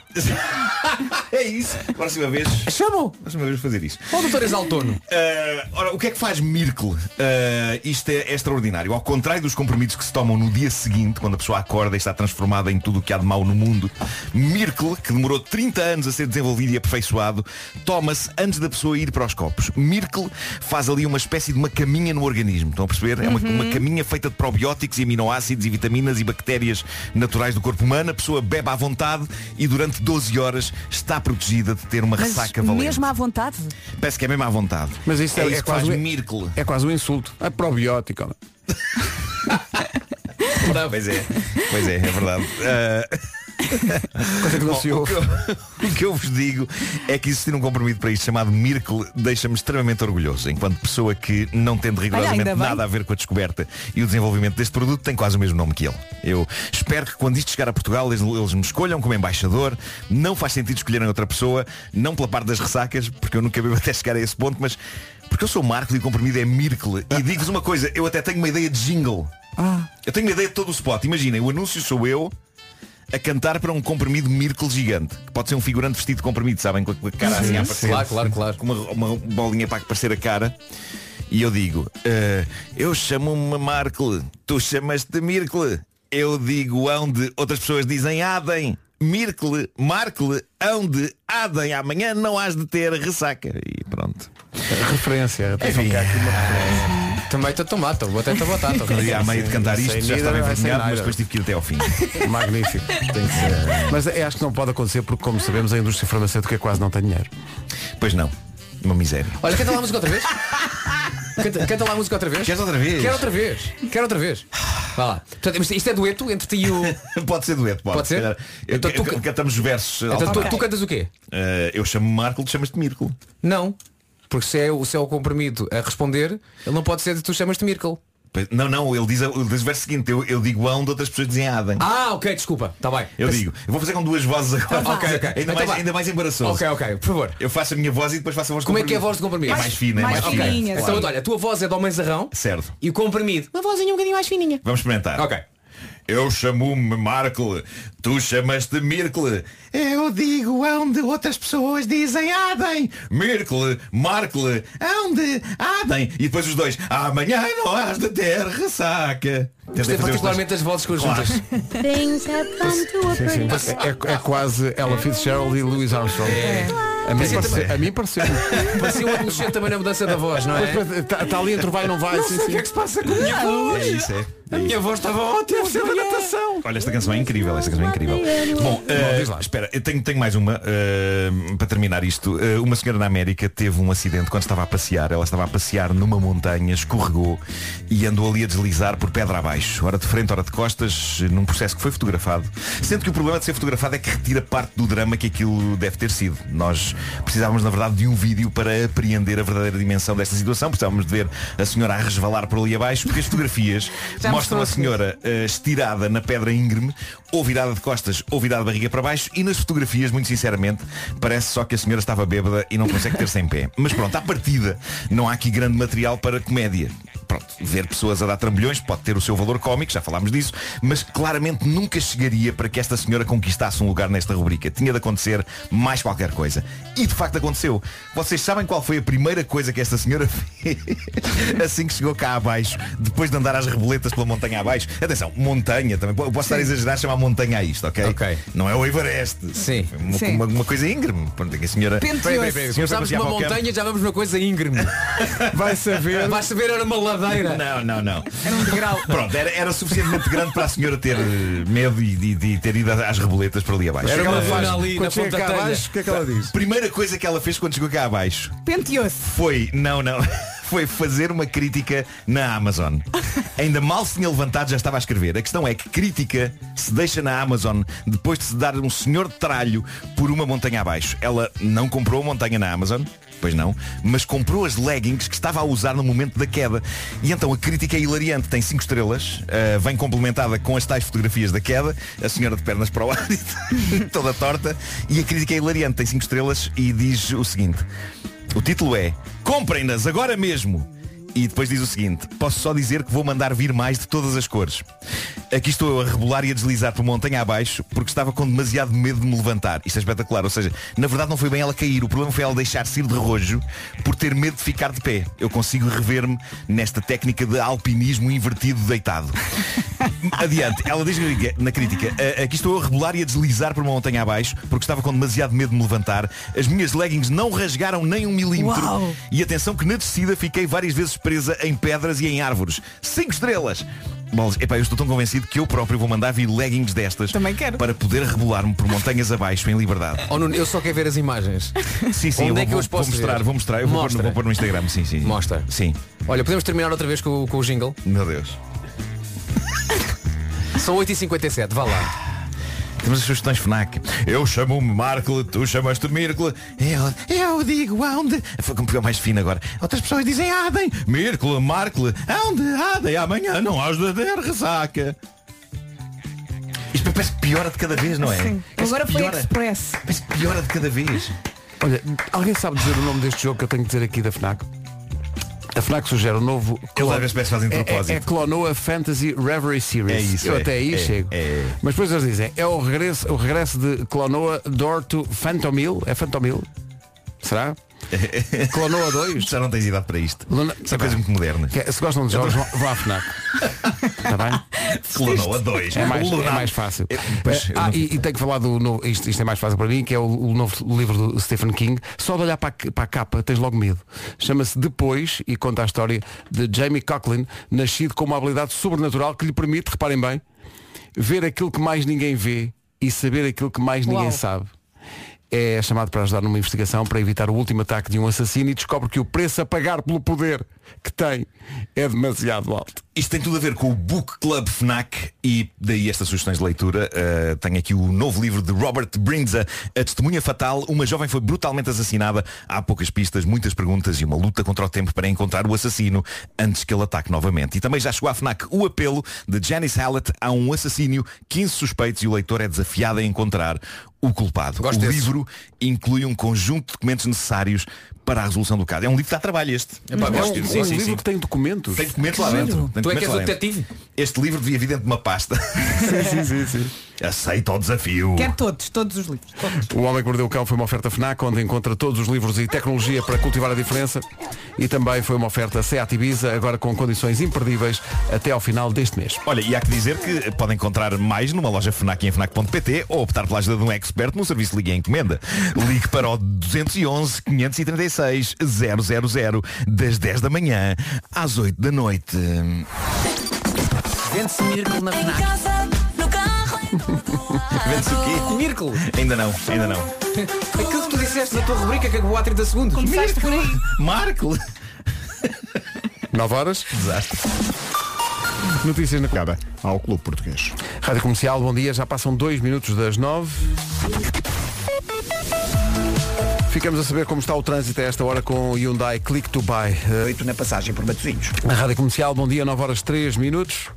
S17: é isso. Próxima vez.
S1: Chamou.
S17: Próxima vez vou fazer isso.
S1: Ó, doutor Isaltono.
S17: Ah, ora, o que é que faz Miracle? Ah, isto é, é extraordinário. Ao contrário dos comprimidos que se tomam no dia seguinte, quando a pessoa acorda e está transformada em tudo o que há de mau no mundo, Miracle, que demorou 30 anos a ser desenvolvido e aperfeiçoado, toma-se antes da pessoa ir para os copos. Miracle faz ali uma espécie de uma caminha no organismo. Estão a perceber? É uma,
S18: Uhum.
S17: uma caminha feita de probióticos e aminoácidos e vitaminas e bactérias naturais do corpo humano. A pessoa bebe à vontade e durante 12 horas está protegida de ter uma
S4: Mas
S17: ressaca valente.
S4: mesmo à vontade?
S17: Parece que é mesmo à vontade.
S2: Mas isso é, é
S17: que
S2: quase
S17: faz
S2: um-
S17: Miracle.
S2: É quase um insulto. É probiótico. olha.
S17: Pois é, pois é, é verdade. Ah, Bom, o, que eu, o que eu vos digo é que existir um compromisso para isto chamado Miracle deixa-me extremamente orgulhoso, enquanto pessoa que não tendo rigorosamente
S18: ainda bem.
S17: nada a ver com a descoberta e o desenvolvimento deste produto tem quase o mesmo nome que ele. Eu espero que quando isto chegar a Portugal eles, eles me escolham como embaixador, não faz sentido escolherem outra pessoa, não pela parte das ressacas, porque eu nunca bebo até chegar a esse ponto, mas porque eu sou Marco e o comprimido é Miracle. E digo-vos uma coisa,
S18: Ah.
S17: eu até tenho uma ideia de jingle. Eu tenho uma ideia de todo o spot. Imaginem, o anúncio sou eu, a cantar para um comprimido Miracle gigante, que pode ser um figurante vestido de comprimido, sabem? Com a com a cara assim
S1: Sim,
S17: a
S1: sim.
S17: aparecer.
S1: Claro, claro, claro.
S17: Com uma, uma bolinha para aparecer a cara. E eu digo, "Ah, eu chamo-me Markle, tu chamas-te Miracle. Eu digo onde, outras pessoas dizem Adem. Miracle, Markle, onde, Adem. Amanhã não has de ter ressaca. E pronto.
S2: Referência.
S17: Enfim.
S1: É. Também estou tomate, vou até botar.
S17: Ali à meio de cantar isto, já
S1: é
S17: estava envergonhado, mas depois tive que ir até ao fim.
S2: Magnífico. Mas é, acho que não pode acontecer porque, como sabemos, a indústria farmacêutica quase não tem dinheiro.
S17: Pois não. Uma miséria.
S1: Olha, canta lá a música outra vez. Canta, canta lá a música outra vez.
S17: Queres outra vez?
S1: Quero outra vez. Quero outra vez. Vá lá. Portanto, isto- isto é dueto entre ti e o.
S17: Pode ser dueto, pode.
S1: Pode ser?
S17: Se calhar, eu-
S1: Então tu
S17: eu-
S1: ca-
S17: Cantamos versos.
S1: Então tu,
S17: alternados.
S1: tu cantas o quê?
S17: Eh, eu chamo Marco, tu chamas-te Mirko.
S1: Não. Porque se é, o- se é o comprimido a responder, ele não pode ser de tu chamas-te Miracle.
S17: Pois- Não, não, ele diz, ele diz o verso seguinte, eu, eu digo onde outras pessoas dizem Adam.
S1: Ah, ok, desculpa, está bem.
S17: Eu digo, eu vou fazer com duas vozes agora.
S1: Então vá.
S17: porque
S1: Ok, ok.
S17: Ainda,
S1: Então
S17: mais,
S1: vá.
S17: ainda mais embaraçoso.
S1: Ok, ok, por favor.
S17: Eu faço a minha voz e depois faço a voz de
S1: Como é que é a
S17: comprimido.
S1: voz de comprimido?
S17: É mais fina, é mais, fina.
S1: Então,
S17: Claro.
S1: olha, a tua voz é de homem zarrão
S17: Certo.
S1: e o comprimido. Uma vozinha um bocadinho mais fininha.
S17: Vamos experimentar.
S1: Ok. é
S17: Eu chamo-me Markle, tu chamas-te Mirkle. Eu digo onde outras pessoas dizem Adem. Mirkle, Markle, onde Adem. E depois os dois, amanhã não has de ter ressaca.
S1: Gostei
S17: Tentei fazer os dois.
S1: particularmente das vozes conjuntas.
S6: Things have come to a
S2: Sim, sim.
S6: pretty
S2: É, é quase Ella Fitzgerald e Louis Armstrong.
S1: É.
S2: A mim
S1: Mas isso
S2: pareceu. A mim pareceu.
S1: Parecia um adolescente também na mudança da voz, não é?
S2: Mas, mas, tá- tá ali entre o vai e não vai,
S1: Não
S2: sim,
S1: sei o
S2: sim.
S1: que é que se passa com a minha
S2: Não.
S1: voz.
S17: É isso, é.
S1: A minha voz estava ótima, deve ser da natação.
S17: Olha, esta canção é incrível, esta canção é incrível. Bom, eh, espera, eu tenho, tenho mais uma eh, para terminar isto. Eh, uma senhora na América teve um acidente quando estava a passear. Ela estava a passear numa montanha, escorregou e andou ali a deslizar por pedra abaixo. Ora de frente, ora de costas, eh, num processo que foi fotografado. Sendo que o problema de ser fotografado é que retira parte do drama que aquilo deve ter sido. Nós precisávamos, na verdade, de um vídeo para apreender a verdadeira dimensão desta situação. Precisávamos de ver a senhora a resvalar por ali abaixo, porque as fotografias
S13: Já me
S17: mostram a
S13: trouxe.
S17: senhora senhora eh, estirada na pedra íngreme, ou virada de costas, ou virada de barriga para baixo, e nas fotografias, muito sinceramente, parece só que a senhora estava bêbada e não consegue ter-se em pé. Mas pronto, à partida, não há aqui grande material para comédia. Pronto, ver pessoas a dar trambolhões pode ter o seu valor cómico, já falámos disso, mas claramente nunca chegaria para que esta senhora conquistasse um lugar nesta rubrica. Tinha de acontecer mais qualquer coisa. E de facto aconteceu. Vocês sabem qual foi a primeira coisa que esta senhora fez assim que chegou cá abaixo, depois de andar às reboletas pela montanha abaixix? Atenção, montanha também. Posso estar a exagerar chamar montanha a isto, ok? Ok. Não é o Everest. Sim. Uma,
S1: Sim.
S17: uma- uma coisa íngreme. Pronto, é que a senhora. Peraí, peraí, peraí, a
S1: Penteou-se.
S17: senhora foi
S1: Começámos
S17: passear
S1: numa
S17: para o campo.
S1: montanha, já vamos numa coisa íngreme.
S2: Vai saber.
S1: Vai saber, era uma ladeira.
S17: Não, não, não.
S1: Era um degrau.
S17: Pronto, era, era suficientemente grande para a senhora ter eh, medo e, e- e ter ido às reboletas para ali abaixo.
S2: Era
S17: O que é que
S2: uma
S17: ela faz?
S2: dona ali
S17: Quando
S2: na
S17: chega
S2: ponta
S17: cá
S2: da telha.
S17: abaixo, o que é que ela diz? Primeira coisa que ela fez quando chegou cá abaixo
S4: Penteou-se.
S17: foi, não, não, foi fazer uma crítica na Amazon. Ainda mal se tinha levantado, já estava a escrever. A questão é que crítica se deixa na Amazon depois de se dar um senhor de tralho por uma montanha abaixo. Ela não comprou a montanha na Amazon, pois não, mas comprou as leggings que estava a usar no momento da queda. E então a crítica é hilariante, tem cinco estrelas, ah, vem complementada com as tais fotografias da queda, a senhora de pernas para o ar, toda torta, e a crítica é hilariante, tem cinco estrelas e diz o seguinte. O título é Comprem-nas agora mesmo! E depois diz o seguinte, posso só dizer que vou mandar vir mais de todas as cores. Aqui estou eu a rebolar e a deslizar por montanha abaixo porque estava com demasiado medo de me levantar. Isto é espetacular, ou seja, na verdade não foi bem ela cair, o problema foi ela deixar-se ir de rojo por ter medo de ficar de pé. Eu consigo rever-me nesta técnica de alpinismo invertido deitado. Adiante, ela diz na crítica "Ah, Aqui estou a rebolar e a deslizar por uma montanha abaixo Porque estava com demasiado medo de me levantar As minhas leggings não rasgaram nem um milímetro
S13: Uau!
S17: E atenção que na descida fiquei várias vezes presa em pedras e em árvores Cinco estrelas Bom, epá, eu estou tão convencido que eu próprio vou mandar vir leggings destas Também quero. Para poder rebolar-me por montanhas abaixo em liberdade
S1: Oh, Nuno, eu só quero ver as imagens.
S17: Sim, sim,
S1: Onde
S17: eu
S1: é que
S17: vou,
S1: eu os
S17: vou
S1: posso
S17: mostrar,
S1: ver?
S17: vou mostrar Eu vou pôr, no,
S1: Mostra.
S17: vou pôr no Instagram, sim, sim Mostra Sim
S1: Olha, podemos terminar outra vez com, o- com o jingle?
S17: Meu Deus
S1: São 8h57, vá lá.
S17: Temos as sugestões FNAC Eu chamo-me Markle, tu chamas-te Mirkle Eu Eu digo onde. Foi como ficou mais fino agora. Outras pessoas dizem Adem, Mirkle, Markle, onde Adem, amanhã não has de ter ressaca. Isto parece que piora de cada vez, não é?
S4: Sim.
S17: Parece
S4: Agora
S17: que
S4: foi
S17: piora,
S4: Express.
S17: parece que piora de cada vez.
S2: Olha, alguém sabe dizer o nome deste jogo que eu tenho que dizer aqui da FNAC? A FNAC sugere o novo...
S17: Eles
S2: clon-
S17: às vezes parece que fazem de
S2: É-
S17: propósito.
S2: É, é Clonoa Fantasy Reverie Series.
S17: É isso,
S2: Eu
S17: é,
S2: até aí
S17: é,
S2: chego.
S17: é.
S2: Mas depois eles dizem, é o regresso, o regresso de Clonoa Door to Phantomil. É Phantomil? Será? Clonoa 2?
S17: Já não tens idade para isto. São coisas muito modernas.
S2: Que- Se gostam de jogos, vão vão à FNAC. Está bem?
S17: Clonoa 2.
S2: É mais, é
S17: Lunar.
S2: mais fácil.
S17: pois, eu
S2: ah,
S17: não-
S2: e, e tenho que falar do novo, isto, isto é mais fácil para mim, que é o, o novo livro do Stephen King. Só de olhar para a, c- para a capa tens logo medo. Chama-se Depois e conta a história de Jamie Coughlin, nascido com uma habilidade sobrenatural que lhe permite, reparem bem, ver aquilo que mais ninguém vê e saber aquilo que mais ninguém
S18: Uau.
S2: sabe. É chamado para ajudar numa investigação para evitar o último ataque de um assassino e descobre que o preço a pagar pelo poder que tem é demasiado alto.
S17: Isto tem tudo a ver com o Book Club FNAC e daí estas sugestões de leitura. Uh, tenho aqui o novo livro de Robert Brinza, A Testemunha Fatal. Uma jovem foi brutalmente assassinada. Há poucas pistas, muitas perguntas e uma luta contra o tempo para encontrar o assassino antes que ele ataque novamente. E também já chegou à FNAC o apelo de Janice Hallett a um assassínio, 15 suspeitos e o leitor é desafiado a encontrar o culpado. o
S1: desses.
S17: livro inclui um conjunto de documentos necessários para a resolução do caso. É um livro que dá trabalho este.
S2: é um,
S17: disso.
S2: um livro que tem documentos.
S17: Tem documentos lá dentro.
S1: é
S17: Tem documentos lá dentro. Este livro devia vir dentro de uma pasta.
S2: sim, sim, sim.
S17: Aceita o desafio.
S18: Quer todos, todos os livros. Todos.
S2: O Homem que Mordeu o Cão foi uma oferta FNAC, onde encontra todos os livros e tecnologia para cultivar a diferença. E também foi uma oferta Seat Ibiza, agora com condições imperdíveis até ao final deste mês.
S17: Olha, e há que dizer que podem encontrar mais numa loja FNAC em FNAC.pt ou optar pela ajuda de um expert no serviço Ligue em Encomenda. Ligue para o 211 536 000 das 10 da manhã às 8 da noite.
S1: Vende-se Miracle na FNAC.
S17: Vende-se o quê?
S1: Miracle.
S17: Ainda não, ainda não.
S1: Aquilo que tu disseste na tua rubrica que acabou há 30 segundos.
S18: Começaste por aí.
S17: Marco.
S2: 9 horas.
S17: Desastre.
S2: Notícias na
S12: Cada ao Clube Português.
S2: Rádio Comercial, bom dia. Já passam dois minutos das nove. Ficamos a saber como está o trânsito a esta hora com o Hyundai Click to Buy.
S3: 8 Eh, na passagem por Matosinhos.
S2: Na Rádio Comercial, bom dia, 9 horas 3 minutos.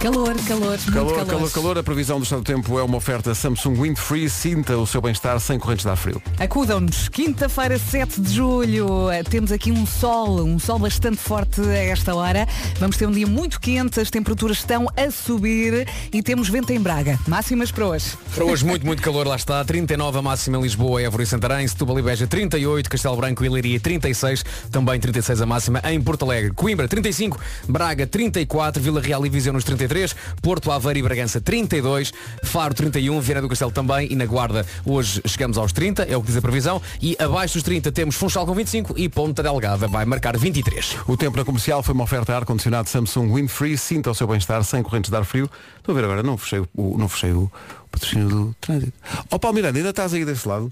S4: Calor, calor,
S2: Calor,
S4: muito
S2: calor, calor. A previsão do estado do tempo é uma oferta Samsung Wind Free. Sinta o seu bem-estar sem correntes de ar frio.
S4: Acudam-nos, quinta-feira, 7 de julho. Eh, Temos aqui um sol, um sol bastante forte a esta hora. Vamos ter um dia muito quente, as temperaturas estão a subir e temos vento em Braga. Máximas para hoje.
S1: Para hoje muito, muito calor, lá está. 39 a máxima em Lisboa, Évora e Santarém. Setúbal e Beja 38, Castelo Branco e Leiria 36. Também 36 a máxima em Porto Alegre. Coimbra 35, Braga 34, Vila Real e Viseu nos 33, Porto Aveiro e Bragança 32, Faro 31, Viana do Castelo também e na Guarda hoje chegamos aos 30, é o que diz a previsão. E abaixo dos 30 temos Funchal com 25 e Ponta Delgada vai marcar 23.
S2: O tempo na comercial foi uma oferta a ar-condicionado Samsung Wind Free. Sinta o seu bem-estar sem correntes de ar frio. Estou a ver agora, não fechei o, não fechei o patrocínio do trânsito. Ó Paulo Miranda, ainda estás aí desse lado?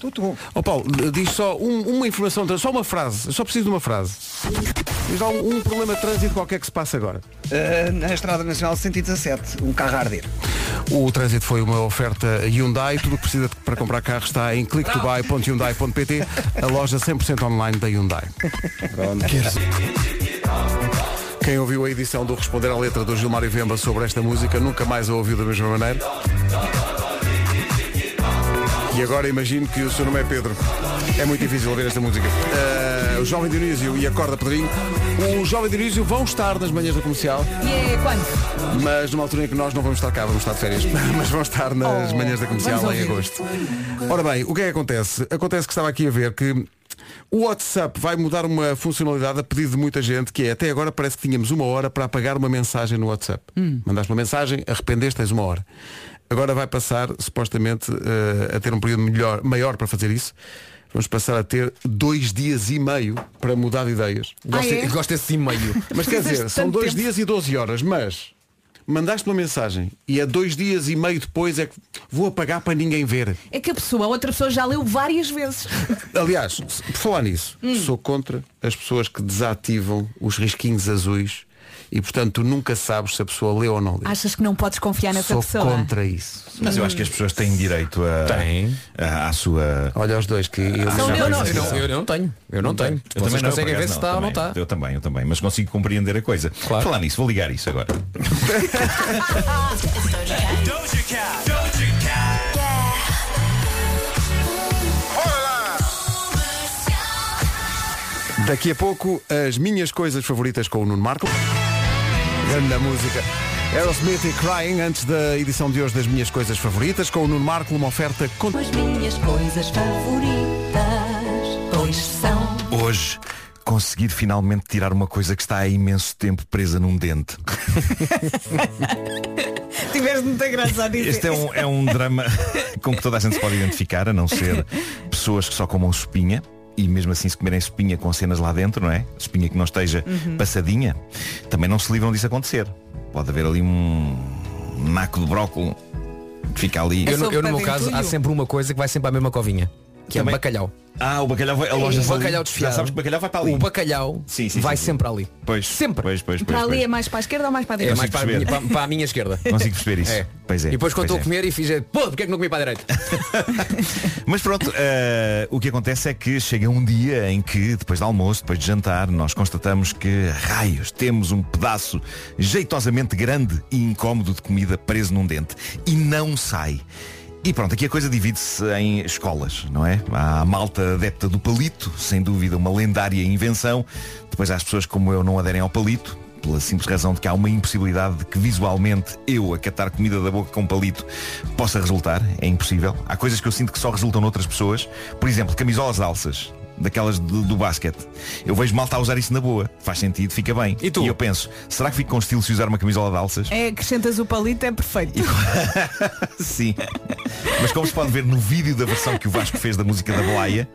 S3: Tudo.
S2: Ó Paulo, d- diz só um- uma informação, só uma frase. Eu só preciso de uma frase. Diz lá um, um problema de trânsito qualquer que se passe agora.
S3: Uh, na Estrada Nacional 117, um carro a arder.
S2: O trânsito foi uma oferta Hyundai. Tudo o que precisa de- para comprar carro está em clicktobuy.hyundai.pt, a loja 100% online da Hyundai. Quem ouviu a edição do Responder à Letra do Gilmário Vemba sobre esta música nunca mais a ouviu da mesma maneira. E agora imagino que o seu nome é Pedro. É muito difícil ouvir esta música. Eh, o Jovem Dionísio e Acorda Pedrinho. O Jovem Dionísio vão estar nas manhãs da comercial.
S4: E é quando?
S2: Mas numa altura em que nós não vamos estar cá, vamos estar de férias. Mas vão estar nas manhãs da comercial
S4: vamos
S2: em
S4: ouvir.
S2: agosto. Ora bem, o que é que acontece? Acontece que estava aqui a ver que o WhatsApp vai mudar uma funcionalidade a pedido de muita gente, que é até agora parece que tínhamos uma hora para apagar uma mensagem no WhatsApp. Mandaste uma mensagem, arrependeste, tens uma hora. Agora vai passar, supostamente, eh, a ter um período melhor, maior para fazer isso. Vamos passar a ter dois dias e meio para mudar de ideias.
S1: Gosto, gosto desse e-mail.
S2: Mas quer dizer, são dois dias e 12 horas, mas mandaste uma mensagem e a dois dias e meio depois é que vou apagar para ninguém ver.
S4: É que a pessoa, a outra pessoa já leu várias vezes.
S2: Aliás, se- por falar nisso,
S4: Hum.
S2: sou contra as pessoas que desativam os risquinhos azuis e portanto tu nunca sabes se a pessoa leu ou não leu.
S4: Achas que não podes confiar nessa
S2: Sou
S4: pessoa?
S2: contra isso.
S17: Mas eu acho que as pessoas têm direito a, a- à sua.
S2: Olha os dois que eu
S1: Não, eu não, eu não, eu não tenho. Eu não tenho.
S17: Eu
S1: Vocês
S17: também não,
S1: conseguem
S17: por acaso
S1: ver se
S17: não,
S1: está ou não
S17: também.
S1: está.
S17: Eu também, eu também, mas consigo compreender a coisa. Falar nisso, vou ligar isso agora.
S2: Daqui a pouco, as minhas coisas favoritas com o Nuno Marco. Grande música. Aerosmith e Crying, antes da edição de hoje das minhas coisas favoritas, com o Nuno Marco, uma oferta... Con...
S7: As minhas coisas favoritas, pois são.
S17: Hoje consegui finalmente tirar uma coisa que está há imenso tempo presa num dente.
S18: Tiveste muita graça a dizer.
S17: Este é um, é um drama com que toda a gente se pode identificar, a não ser pessoas que só comam espinha. E mesmo assim se comerem espinha com cenas lá dentro, não é? Espinha que não esteja
S7: Uhum.
S17: passadinha, também não se livram disso acontecer. Pode haver ali um naco de brócolis que fica ali.
S1: Eu, no- eu, no meu caso, há sempre uma coisa que vai sempre à mesma covinha. Que
S17: Também-
S1: é bacalhau.
S17: Ah, o bacalhau vai, a loja
S1: o
S17: Salim.
S1: bacalhau desfiado.
S17: Já sabes que o bacalhau vai para ali.
S1: O bacalhau vai sempre ali. É
S17: Pois, sempre. Pois, pois, pois,
S4: Para ali
S17: pois.
S4: é mais para a esquerda ou mais para a
S17: É
S4: direita?
S17: mais para a minha- para-
S1: Para a minha esquerda.
S17: Consigo perceber isso.
S1: É.
S17: Pois é.
S1: E depois quando estou
S17: pois
S1: a comer e fiz, pô, porque é que não comi para a direita?
S17: Mas pronto, eh, o que acontece é que chega um dia em que, depois de almoço, depois de jantar, nós constatamos que, raios, temos um pedaço jeitosamente grande e incómodo de comida preso num dente e não sai. E pronto, aqui a coisa divide-se em escolas, não é? Há a malta adepta do palito, sem dúvida uma lendária invenção. Depois há as pessoas como eu não aderem ao palito, pela simples razão de que há uma impossibilidade de que visualmente eu a catar comida da boca com palito possa resultar. É impossível. Há coisas que eu sinto que só resultam noutras pessoas. Por exemplo, camisolas de alças. Daquelas do, do basquete. Eu vejo malta a usar isso na boa. Faz sentido, fica bem. E, tu? eu penso, será que fico com estilo se usar uma camisola de alças?
S18: É, acrescentas o palito, é perfeito.
S17: Sim. Mas como se pode ver no vídeo da versão que o Vasco fez da música da Blaia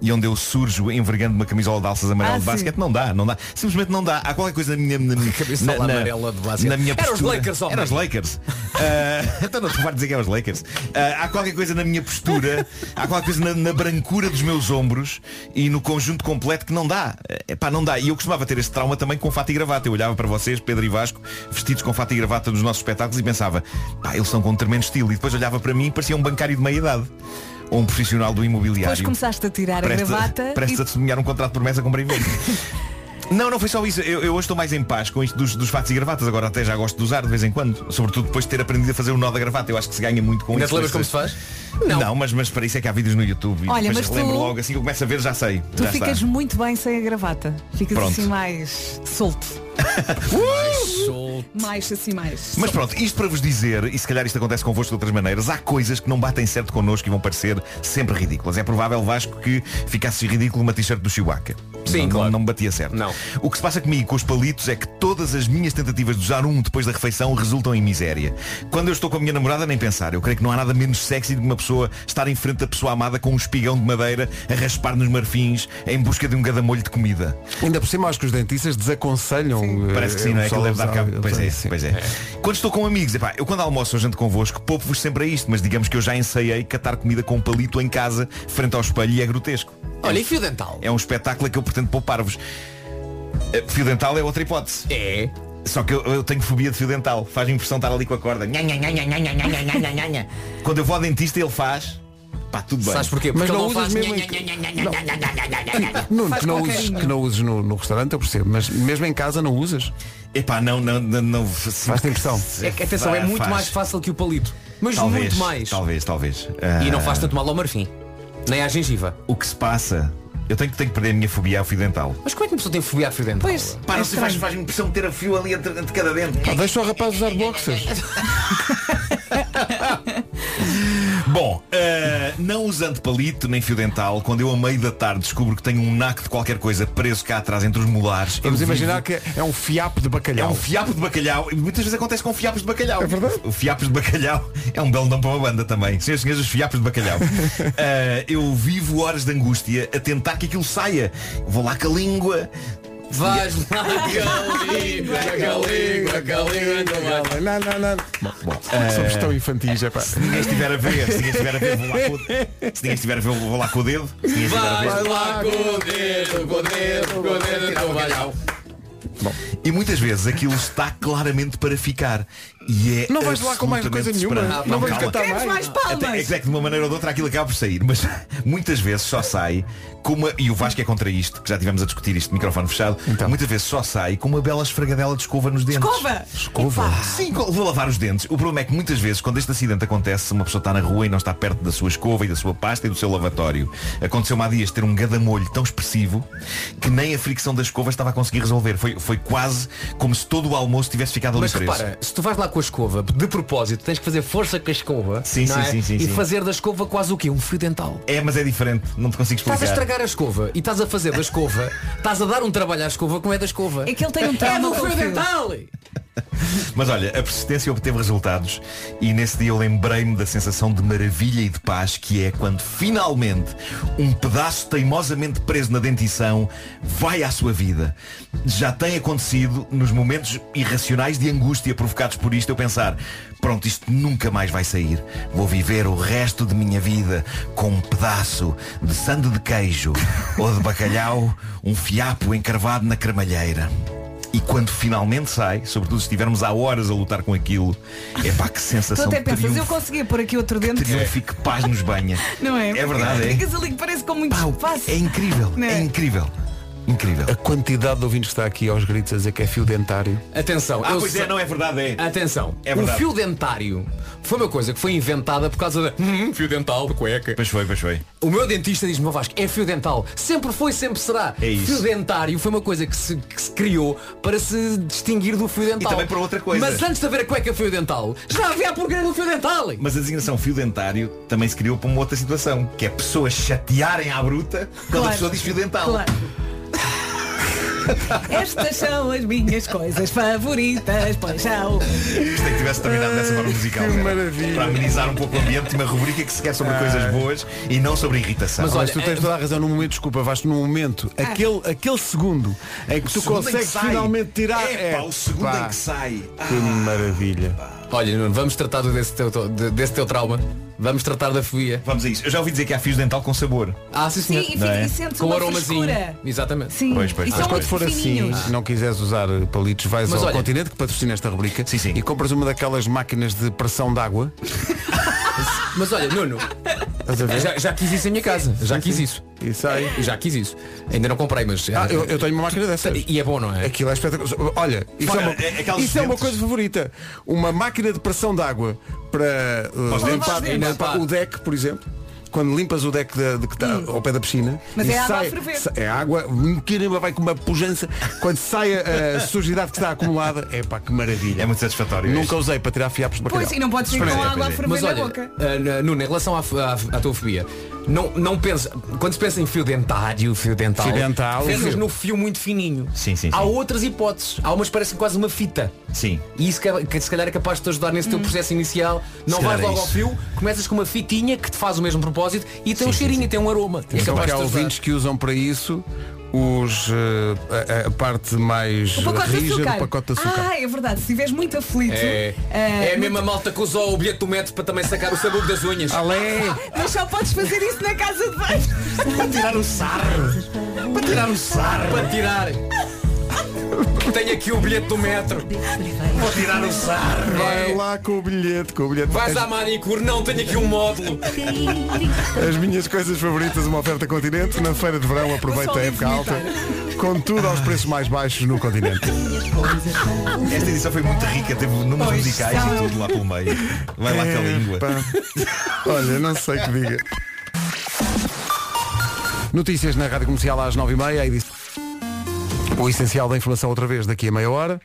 S17: e onde eu surjo envergando uma camisola de alças amarela
S18: Ah,
S17: de
S18: sim.
S17: basquete, não dá, não dá. Simplesmente não dá. Há qualquer coisa na minha. Na, minha-
S1: Camisola amarela de basquete.
S17: Na minha
S1: Era os
S17: postura.
S1: Lakers, homem.
S17: Era os Lakers. Ah, então não te vai dizer que é os Lakers. Ah, há qualquer coisa na minha postura, há qualquer coisa na, na brancura dos meus ombros e no conjunto completo que não dá. Eh, Epá, não dá. E eu costumava ter esse trauma também com fato e gravata. Eu olhava para vocês, Pedro e Vasco, vestidos com fato e gravata nos nossos espetáculos e pensava, pá, eles são com um tremendo estilo. E depois olhava para mim e parecia um bancário de meia idade. Ou um profissional do imobiliário.
S4: Depois começaste a tirar a
S17: Prestes
S4: gravata
S17: prestes a testemunhar um contrato de promessa compra e venda. Não, não foi só isso. Eu, eu hoje estou mais em paz com isto dos, dos fatos e gravatas. Agora até já gosto de usar de vez em quando. Sobretudo depois de ter aprendido a fazer o nó da gravata. Eu acho que se ganha muito com
S1: Ainda
S17: isso.
S1: te lembras como se faz?
S17: Não, mas, mas para isso é que há vídeos no YouTube. E
S4: Olha, mas
S17: depois
S4: tu-
S17: lembro logo, assim que eu começo a ver, já sei.
S4: Tu
S17: já
S4: ficas
S17: está.
S4: muito bem sem a gravata. Ficas
S17: Pronto.
S4: assim mais solto. Mais assim mais.
S17: Mas pronto, isto para vos dizer, e se calhar isto acontece convosco de outras maneiras, há coisas que não batem certo connosco e vão parecer sempre ridículas. É provável, Vasco, que ficasse ridículo uma t-shirt do Chewbacca. Sim, não, claro. Não batia certo. Não. O que se passa comigo com os palitos é que todas as minhas tentativas de usar um depois da refeição resultam em miséria. Quando eu estou com a minha namorada, nem pensar. Eu creio que não há nada menos sexy do que uma pessoa estar em frente da pessoa amada com um espigão de madeira a raspar nos marfins em busca de um gadamolho de comida.
S2: Ainda por cima, acho que os dentistas desaconselham... eh,
S17: Parece que sim, não é?
S2: o
S17: Que ele deve
S2: pessoal
S17: dar
S2: a usar-
S17: cabo. Pois é, pois é. Quando estou com amigos, epá, eu quando almoço ou janto convosco, poupo-vos sempre a isto, mas digamos que eu já ensaiei catar comida com um palito em casa, frente ao espelho, e é grotesco.
S1: Olha, e fio dental?
S17: É um espetáculo que eu pretendo poupar-vos. Eh, Fio dental é outra hipótese.
S1: É.
S17: Só que eu, eu tenho fobia de fio dental. Faz-me impressão estar ali com a corda. Nha, nha, nha, nha, nha, nha, nha, nha, nha, nha, nha. Quando eu vou ao dentista ele faz. Pá, tudo bem.
S1: Sabes porquê? Porque
S2: Mas
S1: ele
S2: não
S1: não
S2: usas
S1: faz
S2: mesmo em- Nuno,
S1: Faz
S2: que não,
S1: com
S2: uses,
S1: carinho.
S2: que não uses no, no restaurante, eu percebo, mas mesmo em casa não usas.
S17: Epá, não, não, não, não faz
S2: impressão.
S1: É que, atenção, é muito
S17: Faz.
S1: mais fácil que o palito. Mas
S17: Talvez,
S1: muito mais.
S17: Talvez, talvez.
S1: E não
S17: Ah,
S1: faz tanto mal ao marfim. Nem à gengiva.
S17: O que se passa? Eu tenho, que- tenho que perder a minha fobia ao fio dental.
S1: Mas como é que uma pessoa tem fobia a fio dental? Pois.
S17: Pá, não sei, faz- faz-me impressão de ter a fio ali entre, entre cada dente.
S2: Pá, deixa o rapaz usar boxers.
S17: Bom, eh, não usando palito nem fio dental, quando eu a meio da tarde descubro que tenho um naco de qualquer coisa preso cá atrás entre os molares.
S2: Vamos
S17: eu vivo-
S2: imaginar que é um fiapo de
S17: É
S2: bacalhau.
S17: um fiapo de bacalhau e muitas vezes acontece com fiapos de bacalhau. É verdade? O fiapos de bacalhau é um belo nome para uma banda também. Senhoras e senhores, os fiapos de bacalhau. Ah, eu vivo horas de angústia a tentar que aquilo saia. Vou lá com a língua.
S1: Vais lá
S2: Não, não, não.
S17: Bom,
S2: Somos
S17: ah,
S2: tão infantis, é pá.
S17: Se ninguém estiver a ver, se ninguém estiver a ver, vou lá com o dedo. Se ninguém estiver a ver, vou lá com o dedo. Se
S7: Vai lá com o dedo,
S17: ninguém estiver a ver-
S7: com o dedo, com o dedo, então vai lá.
S17: E muitas vezes aquilo está claramente para ficar. e é
S2: Não vais lá com mais coisa nenhuma.
S17: absolutamente
S2: Não vais
S17: desesperante.
S2: cantar Queremos mais. mais palmas.
S17: Tá Até- é que é que de uma maneira ou de outra aquilo acaba por sair, mas muitas vezes só sai com uma, e o Vasco é contra isto, que já tivemos a discutir isto de microfone fechado,
S2: Então.
S17: muitas vezes só sai com uma bela esfregadela de escova nos dentes.
S7: Escova? Escova? Epá.
S17: Sim, co- vou lavar os dentes. O problema é que muitas vezes quando este acidente acontece, uma pessoa está na rua e não está perto da sua escova e da sua pasta e do seu lavatório. Aconteceu-me há dias ter um gadamolho tão expressivo que nem a fricção da escova estava a conseguir resolver. Foi, foi quase como se todo o almoço tivesse ficado ali
S1: Mas
S17: preso.
S1: repara, se tu vais lá com a escova, de propósito, tens que fazer força com a escova
S17: Sim,
S1: não
S17: sim,
S1: é?
S17: sim, sim,
S1: e
S17: sim.
S1: fazer da escova quase o quê? Um fio dental.
S17: É, mas é diferente, não te consigo explicar.
S1: Estás a estragar a escova e estás a fazer da escova, estás a dar um trabalho à escova que não é da escova.
S4: É que ele tem um
S1: É
S4: trauma
S1: do
S4: com o
S1: fio
S4: fio.
S1: dental!
S17: Mas olha, a persistência obteve resultados e nesse dia eu lembrei-me da sensação de maravilha e de paz que é quando finalmente um pedaço teimosamente preso na dentição vai à sua vida. Já tem acontecido nos momentos irracionais de angústia provocados por isto eu pensar, pronto, isto nunca mais vai sair. Vou viver o resto de minha vida com um pedaço de sando de queijo ou de bacalhau, um fiapo encarvado na cremalheira. E quando finalmente sai, sobretudo se estivermos há horas a lutar com aquilo, é pá, que
S4: Tu
S17: sensação
S4: Então até
S17: de
S4: pensas, eu
S17: triunfo,
S4: conseguia pôr aqui outro dente.
S17: triunfo e que paz nos banha.
S4: Não é?
S17: É verdade, é.
S4: Ficas ali que parece com muito espaço.
S17: É incrível, é incrível. Incrível.
S2: A quantidade de ouvintes que está aqui aos gritos a dizer que é fio dentário.
S1: Atenção,
S17: Ah,
S1: eu
S17: pois
S1: sei-
S17: é, não é verdade, é.
S1: Atenção,
S17: É verdade.
S1: o fio dentário foi uma coisa que foi inventada por causa de hum, fio dental de cueca.
S17: Pois foi, pois foi.
S1: O meu dentista diz-me, "Ó Vasco, é fio dental. Sempre foi, sempre será.
S17: É isso.
S1: Fio dentário foi uma coisa que se, que se criou para se distinguir do fio dental.
S17: também para outra coisa.
S1: Mas antes de haver a cueca fio dental, já havia a porcaria do fio dental.
S17: Mas a designação fio dentário também se criou para uma outra situação, que é pessoas chatearem à bruta quando a pessoa diz fio dental.
S4: Claro. Estas são as minhas coisas favoritas, pois são.
S17: Gostei é que tivesse terminado dessa forma musical.
S2: Que
S17: Vera.
S2: maravilha.
S17: Para amenizar um pouco o ambiente, uma rubrica que se quer sobre coisas boas e não sobre irritação.
S2: Mas, tu
S17: é-
S2: tens toda a razão, num momento, desculpa, vais num momento,
S17: Ah.
S2: aquele, aquele segundo em que tu
S17: segundo em que
S2: consegues
S17: sai.
S2: finalmente tirar.
S17: É, pá, o segundo
S2: pá.
S17: em que sai. Ah.
S1: Que maravilha. Olha, Nuno, vamos tratar desse teu, de- desse teu trauma. Vamos tratar da fobia.
S17: Vamos a isso. Eu já ouvi dizer que há fios dental com sabor.
S1: Ah, sim, senhor.
S4: Sim, e fica-
S17: Não é?
S4: e sentes
S1: Com
S4: uma
S1: aromazinho.
S4: frescura.
S1: Exatamente.
S4: Sim.
S17: Pois, pois,
S4: e
S17: pois,
S4: são
S2: Quando
S4: muito
S2: for assim
S4: fininhos.
S2: e não quiseres usar eh, palitos, vais
S1: Mas
S2: ao
S1: olha-
S2: continente que patrocina esta rubrica e compras uma daquelas máquinas de pressão de água.
S1: Mas olha, Nuno,
S2: Estás a ver?
S1: já, já quis isso em minha casa. Já quis isso.
S2: Isso aí.
S1: Já quis isso. Ainda não comprei, mas.
S2: Ah, eu, eu tenho uma máquina dessas.
S1: E é bom, não é?
S2: Aquilo é espetacular. Olha, isso,
S1: Fora,
S2: é, uma,
S1: é- aquelas
S2: isso é uma
S1: dentes.
S2: coisa favorita. Uma máquina de pressão de água para uh,
S17: Para os dentes.
S2: limpar,
S17: Para os dentes.
S2: limpar o deck, por exemplo. Quando limpas o deck da- de que está ao pé da piscina
S4: Mas
S2: e
S4: é água a
S2: sai,
S4: ferver.
S2: sa- é água, um caramba, vai com uma pujança. Quando sai a, a sujidade que está acumulada, é pá, que maravilha. É
S17: muito satisfatório.
S2: Nunca usei para tirar fiapos de bacalhau.
S4: Pois, e não podes ir com
S1: Experimenta.
S4: água a ferver
S1: Mas
S4: na
S1: olha,
S4: boca.
S1: ah, na- Nuno, em relação à, f- à, à tua fobia, não, não pensa, quando se pensa em fio dentário, fio dental,
S2: Fio dental,
S1: pensas
S2: fio.
S1: no fio muito fininho.
S17: Sim, sim,
S1: Há outras hipóteses, há umas que parecem quase uma fita.
S17: Sim.
S1: E isso que, que se calhar é capaz de te ajudar
S4: Hum.
S1: nesse teu processo inicial. Não
S17: Se calhar
S1: vais
S17: é
S1: logo ao
S17: isso.
S1: fio, começas com uma fitinha que te faz o mesmo propósito e tem um
S2: sim,
S1: cheirinho, e tem um aroma. E é
S2: Então,
S1: capaz
S2: que há
S1: de te ajudar.
S2: ouvintes que usam para isso os, eh, a, a parte mais
S4: O pacote de
S2: rija
S4: açúcar.
S2: do pacote de açúcar.
S4: Ah, é verdade. Se estiveres muito aflito.
S1: É,
S4: ah,
S1: é a mesma malta que usou o bilhete do metro para também sacar o sabugo das unhas.
S2: Alé!
S4: Mas só podes fazer isso na casa de banho.
S17: Para tirar o sarro. Para tirar o sarro.
S1: Para tirar. Tenho aqui o bilhete do metro.
S17: Vou tirar o sarro.
S4: é.
S2: Vai lá com o bilhete, com o bilhete.
S1: Vais
S2: As-
S1: à manicure, não tenho aqui um módulo.
S2: As minhas coisas favoritas, uma oferta continente, na feira de verão aproveita a época alta, com tudo aos preços mais baixos no continente.
S17: Esta edição foi muito rica, teve números
S2: Pois
S17: musicais
S2: são.
S17: e tudo lá pelo meio. Vai lá
S2: É.
S17: com é a língua.
S2: Epá. Olha, não sei que diga. Notícias na Rádio Comercial às 9h30, aí disse. O essencial da informação outra vez daqui a meia hora.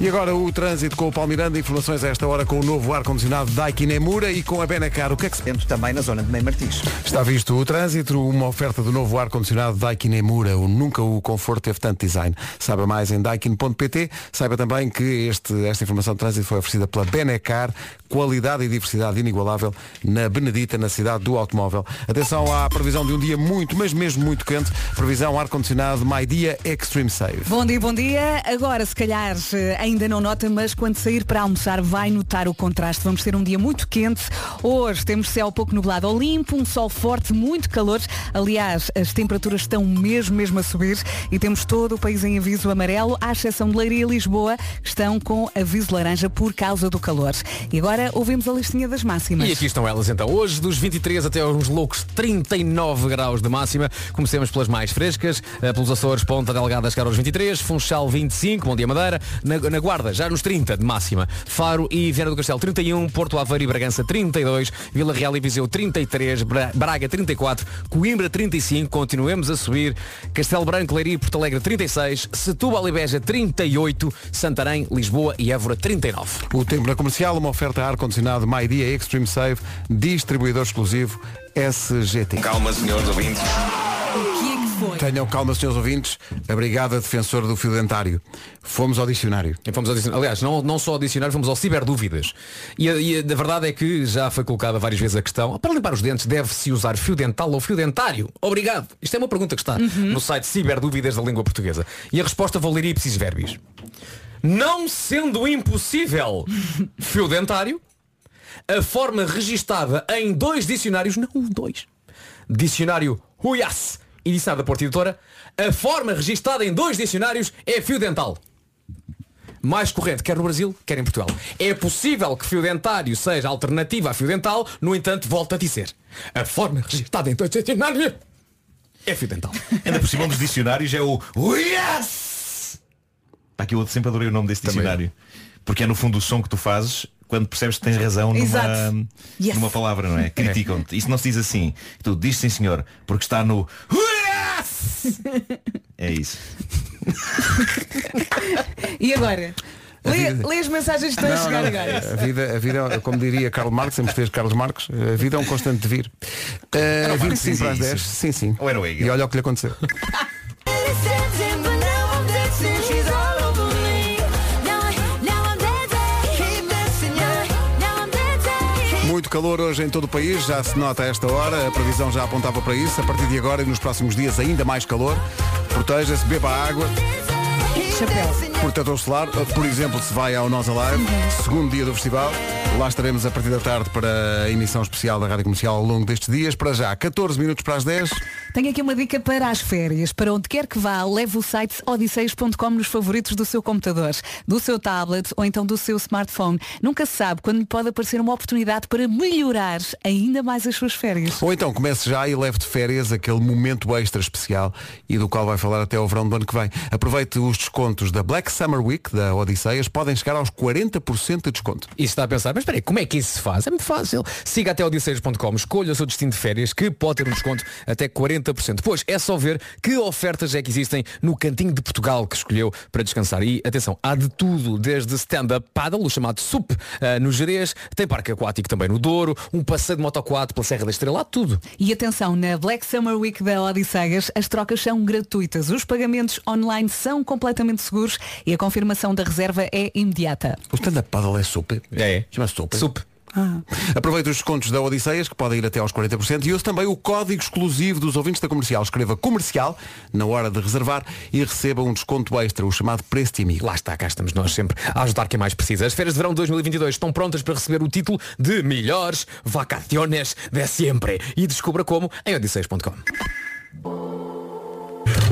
S2: E agora o trânsito com o Palmiranda, informações a esta hora com o novo ar-condicionado Daikin Emura e com a Benacar. O que é que se
S3: Dentro também na zona de Mãe Martins.
S2: Está visto o trânsito, uma oferta do novo ar-condicionado Daikin Emura. O nunca o conforto teve tanto design. Saiba mais em daikin.pt. Saiba também que este- esta informação de trânsito foi oferecida pela Benecar, qualidade e diversidade inigualável na Benedita, na cidade do automóvel. Atenção à previsão de um dia muito, mas mesmo muito quente. Previsão ar-condicionado My Dia Extreme Save.
S4: Bom dia, bom dia. Agora, se calhar, eh, ainda não nota, mas quando sair para almoçar vai notar o contraste. Vamos ter um dia muito quente. Hoje temos céu pouco nublado ou limpo, um sol forte, muito calor. Aliás, as temperaturas estão mesmo, mesmo a subir e temos todo o país em aviso amarelo, à exceção de Leiria e Lisboa, que estão com aviso laranja por causa do calor. E agora ouvimos a listinha das máximas.
S1: E aqui estão elas então. Hoje, dos 23 até aos loucos 39 graus de máxima. Comecemos pelas mais frescas. eh, Pelos Açores, Ponta Delgada, a chegar aos 23. Funchal, 25. Bom dia, Madeira. Na, na Guarda, já nos 30 de máxima. Faro e Viana do Castelo, 31. Porto Aveiro e Bragança, 32. Vila Real e Viseu, 33. Bra- Braga, 34. Coimbra, 35. Continuemos a subir. Castelo Branco, Leiria e Porto Alegre, 36. Setúbal e Beja, 38. Santarém, Lisboa e Évora, 39.
S2: O tempo na comercial, uma oferta a ar-condicionado My Dia Extreme Save, distribuidor exclusivo SGT.
S17: Calma, senhores ouvintes.
S2: é Tenham calma, senhores ouvintes. A Brigada Defensora do Fio Dentário. Fomos ao dicionário.
S1: Fomos ao dicionário. Aliás, não, não só ao dicionário, fomos ao ciberdúvidas. E, a- e a, a verdade é que já foi colocada várias vezes a questão, "Ah, para limpar os dentes, deve-se usar fio dental ou fio dentário? Obrigado. Isto é uma pergunta que está no site Ciberdúvidas da Língua Portuguesa. E a resposta vou ler ipsis verbis. Não sendo impossível fio dentário, a forma registada em dois dicionários, não um, dois, dicionário Huias e dicionário da Porta Editora, a forma registada em dois dicionários é fio dental mais corrente, quer no Brasil, quer em Portugal. É possível que fio dentário seja alternativa a fio dental, no entanto, volto a dizer, a forma registada em todo dicionário é fio dental.
S17: Ainda por cima um dos dicionários é o Yes! Pá, que eu sempre adorei o nome desse dicionário. Porque é no fundo o som que tu fazes quando percebes que tens razão
S19: Exato.
S17: numa,
S19: Yes.
S17: numa palavra, não é? Criticam-te. Isso não se diz assim. Tu diz sim senhor, porque está no Oh, É isso.
S4: E agora? Lê, lê as mensagens que estão a
S2: Não,
S4: chegar
S2: não.
S4: agora.
S2: A vida, a vida, como diria Karl Marx, sempre fez Carlos Marx, a vida é um constante de vir. Uh,
S17: Era um o Marx que
S2: 25 para as
S17: dizia
S2: 10,
S17: isso.
S2: sim, sim.
S17: Ou era o Hegel.
S2: E olha o que lhe aconteceu. Muito calor hoje em todo o país, já se nota a esta hora, a previsão já apontava para isso. A partir de agora e nos próximos dias ainda mais calor. Proteja-se, beba água. Protetor solar, por exemplo, se vai ao Nós Alive, segundo dia do festival. Lá estaremos a partir da tarde para a emissão especial da Rádio Comercial ao longo destes dias. Para já, 14 minutos para as 10.
S4: Tenho aqui uma dica para as férias. Para onde quer que vá, leve o site odisseias.com nos favoritos do seu computador, do seu tablet ou então do seu smartphone. Nunca se sabe quando lhe pode aparecer uma oportunidade para melhorar ainda mais as suas férias.
S2: Ou então comece já e leve de férias aquele momento extra especial e do qual vai falar até ao verão do ano que vem. Aproveite os descontos da Black Summer Week da Odisseias, podem chegar aos 40% de desconto.
S1: E se está a pensar, mas espera aí, como é que isso se faz? É muito fácil. Siga até odisseias.com, escolha o seu destino de férias, que pode ter um desconto até 40%. Depois é só ver que ofertas é que existem no cantinho de Portugal que escolheu para descansar. E atenção, há de tudo, desde stand-up paddle, o chamado SUP, eh, no Jerez, tem parque aquático também no Douro, um passeio de moto 4 pela Serra da Estrela, há tudo.
S4: E atenção, na Black Summer Week da Odisseias, as trocas são gratuitas, os pagamentos online são completamente seguros e a confirmação da reserva é imediata.
S2: O stand-up paddle é super. É. Chama-se super. Aproveite os descontos da Odisseias, que podem ir até aos 40%, e use também o código exclusivo dos ouvintes da comercial. Escreva comercial na hora de reservar e receba um desconto extra, o chamado preço de amigo.
S1: Lá está, cá estamos nós sempre a ajudar quem mais precisa. As férias de verão 2022 estão prontas para receber o título de Melhores Vacaciones de Sempre. E descubra como em odisseis.com.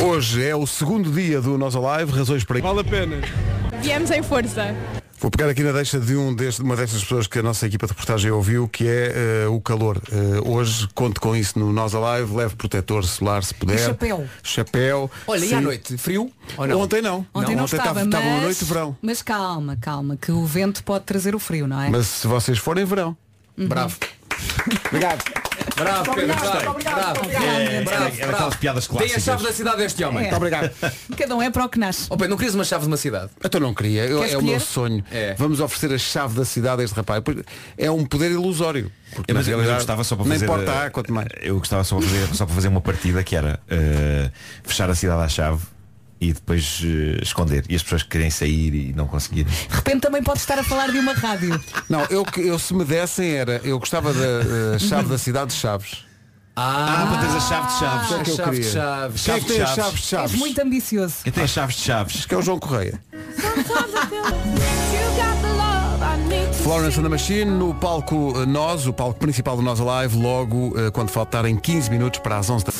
S2: Hoje é o segundo dia do Nós Alive, razões para Vale a pena.
S20: Viemos em força.
S2: Vou pegar aqui na deixa de um deste- uma destas pessoas que a nossa equipa de reportagem ouviu, que é eh, o calor. Eh, hoje conto com isso no Nós Alive, leve protetor solar se puder.
S1: E chapéu.
S2: Chapéu.
S1: Olha, e à noite, frio? Ou não?
S2: Ontem não.
S4: Ontem não, estava,
S2: estava uma
S4: mas-
S2: noite de verão.
S4: Mas calma, calma, que o vento pode trazer o frio, não é?
S2: Mas se vocês forem verão.
S17: Uhum.
S2: Bravo. Obrigado.
S1: Bravo, Pedro, bravo, bravo,
S2: obrigado.
S1: bravo,
S2: Era aquelas piadas
S1: Tem a
S2: clássicas.
S1: chave da cidade deste homem.
S4: É. Muito obrigado. Cada um é para o que nasce.
S1: Oh, Pedro, não querias uma chave de uma cidade?
S2: Então não queria, eu-
S1: Queres
S2: é o meu
S1: escolher?
S2: sonho.
S1: É.
S2: Vamos oferecer a chave da cidade a este rapaz. Pois, É um poder ilusório. Porque
S17: Eu, É, mas,
S2: na
S17: eu
S2: realidade,
S17: gostava só para
S2: Nem
S17: fazer
S2: importa
S17: eh,
S2: há, quanto mais.
S17: Eu gostava só para fazer, só para fazer uma partida que era eh, fechar a cidade à chave e depois eh, esconder. E as pessoas que querem sair e não conseguirem.
S4: De repente também pode estar a falar de uma rádio.
S2: Não, eu, que- eu se me dessem era, eu gostava da eh, chave da cidade de Chaves.
S17: Ah, para teres a chave de chaves.
S2: Isso é que eu
S17: Chave de
S2: queria.
S17: chaves.
S2: Quem é que tem as
S17: Chave de
S2: chaves de
S17: chaves.
S2: chaves?
S17: És muito
S4: ambicioso.
S17: Quem tem as chaves de chaves?
S2: Que é o João Correia. Florence and the Machine no palco eh, Nós, o palco principal do Nós Alive, logo eh, quando faltarem 15 minutos para as 11 da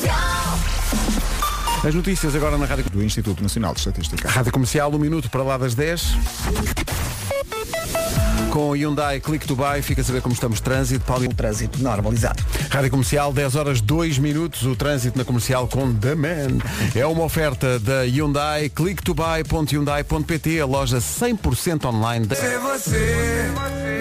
S2: As notícias agora na Rádio
S12: do Instituto Nacional de Estatística.
S2: Rádio Comercial, um minuto para lá das 10. Com o Hyundai Clique Dubai, fica a saber como estamos de trânsito. Paulo... Um
S3: trânsito normalizado.
S2: Rádio Comercial, 10 horas 2 minutos, o trânsito na comercial com The Man. É uma oferta da Hyundai, clicktobuy.hyundai.pt, a loja 100% online. Da...
S7: você,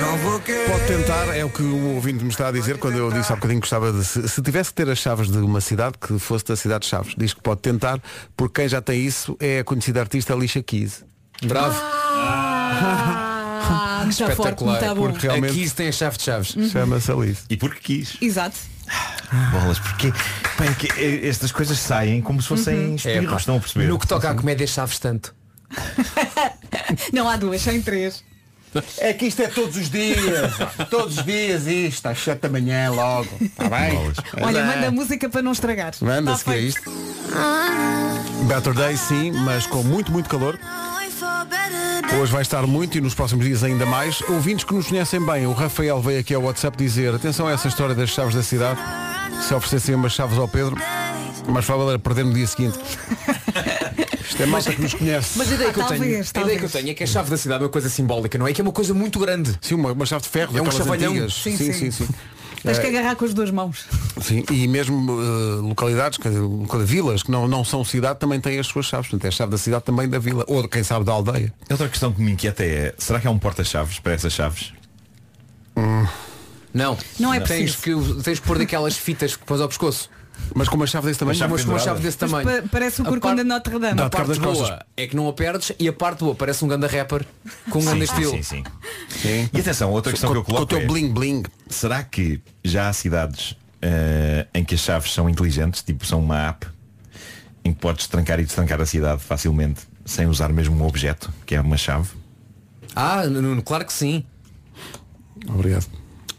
S7: não vou querer.
S2: Pode tentar, é o que o ouvinte me está a dizer quando eu disse há bocadinho que gostava de. Se, se tivesse que ter as chaves de uma cidade, que fosse da cidade de Chaves, diz que pode tentar, porque quem já tem isso é a conhecida artista Alicia Keys. Bravo!
S4: Ah, está forte, está bom.
S2: porque realmente. Hum.
S21: Aqui se tem a chave de chaves.
S4: Uhum.
S2: Chama-se Alice.
S17: E porque quis.
S4: Exato.
S17: Bolas, porque pá, é que eh, estas coisas saem como se fossem espirros, É, estão a perceber?
S21: É, No que toca à comédia, chaves tanto.
S4: Não há duas, sem três.
S22: É que isto é todos os dias. todos os dias isto. Às 7 da manhã logo. Está bem?
S17: é.
S4: Olha, manda música para não estragar.
S21: Tá
S2: Manda-se que é isto. Better Day sim, mas com muito, muito calor. Hoje vai estar muito e nos próximos dias ainda mais. Ouvintes que nos conhecem bem, o Rafael veio aqui ao WhatsApp dizer atenção a essa história das chaves da cidade. Se oferecessem umas chaves ao Pedro, mas fala era perder no dia seguinte. Isto é malta que nos conhece.
S21: Mas a ideia, que, eu tenho, a ideia que eu tenho é que a chave da cidade é uma coisa simbólica, não é? Que é uma coisa muito grande.
S2: Sim, uma, uma chave de ferro,
S21: é um
S2: daquelas
S21: chavalhão.
S2: antigas. Sim, sim, sim.
S4: Tens que
S2: É,
S4: agarrar com as duas mãos.
S2: Sim, e mesmo eh, localidades, quer dizer, local- vilas que não, não são cidade também têm as suas chaves. Portanto, é a chave da cidade também da vila, ou quem sabe da aldeia.
S17: Outra questão que me inquieta é, será que há um porta-chaves para essas chaves?
S21: Não.
S17: Não é
S21: tens que, tens que pôr daquelas fitas que pões ao pescoço.
S2: Mas com uma chave desse
S4: tamanho?
S21: Mas com uma chave desse
S4: Mas
S21: tamanho.
S4: pa- parece o
S21: A
S4: corcunda
S21: par-
S4: de Notre Dame.
S21: A parte boa é que não a perdes e a parte boa parece um ganda rapper com um
S17: Sim,
S21: grande
S17: sim,
S21: estilo.
S17: sim, sim. E atenção, outra questão que eu coloco é, Será que já há cidades eh, em que as chaves são inteligentes, tipo são uma app, em que podes trancar e destrancar a cidade facilmente sem usar mesmo um objeto, que é uma chave?
S21: Ah, Nuno, claro que sim.
S2: Obrigado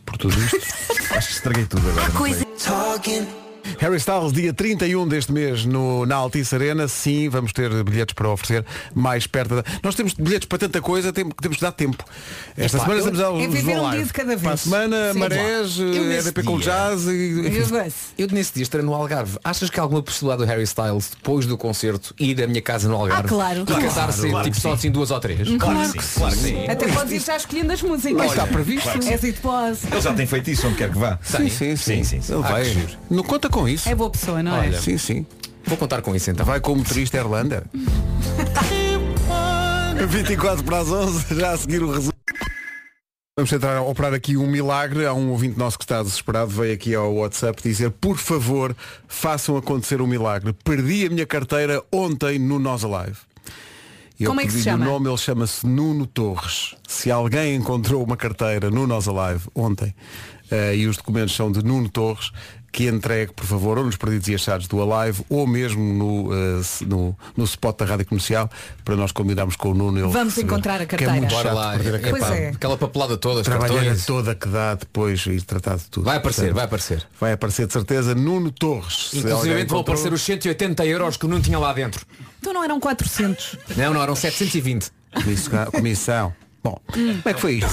S2: por tudo isto.
S17: Acho que estraguei tudo agora. não foi?
S2: Harry Styles, dia 31 deste mês no, na Altice Arena. Sim, vamos ter bilhetes para oferecer mais perto da... Nós temos bilhetes para tanta coisa, tem- temos que dar tempo. Esta
S4: Epá,
S2: semana
S4: eu-
S2: estamos aos
S4: é viver um
S2: Live.
S4: dia de cada vez.
S2: Para a semana,
S4: Sim.
S2: Marés,
S4: Eu
S2: eh,
S4: nesse
S2: EDP com
S4: dia.
S2: Jazz e...
S4: Eu
S2: enfim.
S4: gosto.
S21: Eu nesse dia estarei no Algarve. Achas que há alguma possibilidade do Harry Styles, depois do concerto, ir à minha casa no Algarve?
S4: Ah, claro.
S21: E
S4: Claro.
S21: casar-se
S4: Claro
S21: tipo
S4: que
S21: só assim duas ou três?
S4: Hum, Claro claro que que sim,
S17: claro que sim.
S4: Até podes ir já escolhendo as músicas.
S17: Mas está previsto. Claro que
S4: É
S17: sim.
S4: assim que podes.
S17: Ele já tem feito isso onde quer que vá.
S2: Sim, sim, sim. Ele vai. Não conta com isso.
S4: É boa pessoa, não é?
S2: Olha, sim, sim.
S21: Vou contar com isso então.
S2: Vai com o motorista Irlanda. 24 para as 11, já a seguir o resumo. Vamos tentar operar aqui um milagre. Há um ouvinte nosso que está desesperado, veio aqui ao WhatsApp dizer, por favor, façam acontecer um milagre. Perdi a minha carteira ontem no Nós Alive. Eu
S4: Como é que se
S2: pedi-lhe
S4: chama?
S2: O nome ele chama-se Nuno Torres. Se alguém encontrou uma carteira no Nós Alive ontem eh, e os documentos são de Nuno Torres, que entregue, por favor, ou nos perdidos e achados do Alive ou mesmo no, eh, se- no, no spot da Rádio Comercial para nós combinarmos com o Nuno. Ele
S4: Vamos
S2: receber.
S4: encontrar a
S2: Que é
S4: carteira.
S2: muito
S4: Bora
S2: chato
S4: lá,
S2: perder a
S4: é,
S2: carteira.
S4: pois é.
S21: Aquela papelada toda, os
S2: Trabalhar
S21: cartões.
S2: toda que dá depois e tratar de tudo.
S21: Vai aparecer,
S2: Portanto,
S21: vai aparecer.
S2: Vai aparecer de certeza Nuno Torres. Se
S21: Inclusive
S2: alguém
S21: vão
S2: encontrou-
S21: aparecer os 180 euros que o Nuno tinha lá dentro.
S4: Então não eram 400.
S21: Não, não, eram 720.
S2: Comissão. comissão. Bom, como é que foi isto?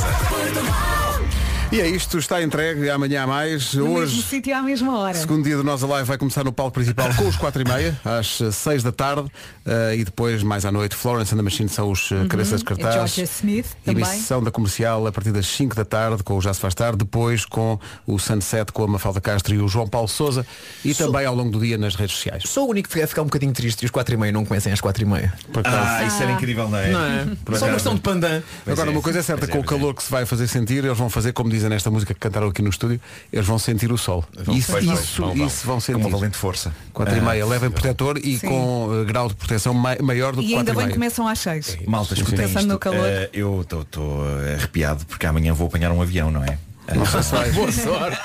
S2: E é isto, está entregue, amanhã há mais.
S4: No mesmo
S2: Hoje,
S4: sítio à mesma hora.
S2: segundo dia do Nós Alive, vai começar no palco principal com os 4 e meia, às 6 da tarde, eh, e depois, mais à noite, Florence and the Machine são os eh, cabeças de
S4: Uhum. E
S2: cartaz.
S4: Georgia Smith também.
S2: Emissão da comercial a partir das 5 da tarde com o Já Se Faz Tarde, depois com o Sunset com a Mafalda Castro e o João Paulo Souza e também ao longo do dia nas redes sociais.
S21: Sou o único que vai ficar um bocadinho triste e os 4 e meia não comecem às 4 e meia.
S17: Ah, isso era incrível, não é?
S21: Não é? Só
S17: Por
S21: uma
S17: acaso.
S21: questão de pandan.
S2: Ah, Agora, uma coisa é certa, com o calor que se vai fazer sentir, eles vão fazer, como dizem nesta música que cantaram aqui no estúdio, eles vão sentir o sol.
S17: Vão-
S2: isso,
S17: pois vão,
S2: isso,
S17: vão, vão.
S2: isso vão
S17: Com
S2: sentir.
S17: uma valente força.
S2: 4 e
S17: Ah,
S2: meia, levem
S17: sim.
S2: protetor e
S4: Sim.
S2: com eh, grau de proteção mai- maior do que
S4: E
S2: 4
S4: ainda
S2: e
S4: bem que
S2: meia.
S4: começam às 6.
S17: Malta, escutem
S4: Pensando
S17: isto.
S4: no calor.
S17: Eh, eu estou arrepiado porque amanhã vou apanhar um avião, não é? Eh,
S21: Boa sorte.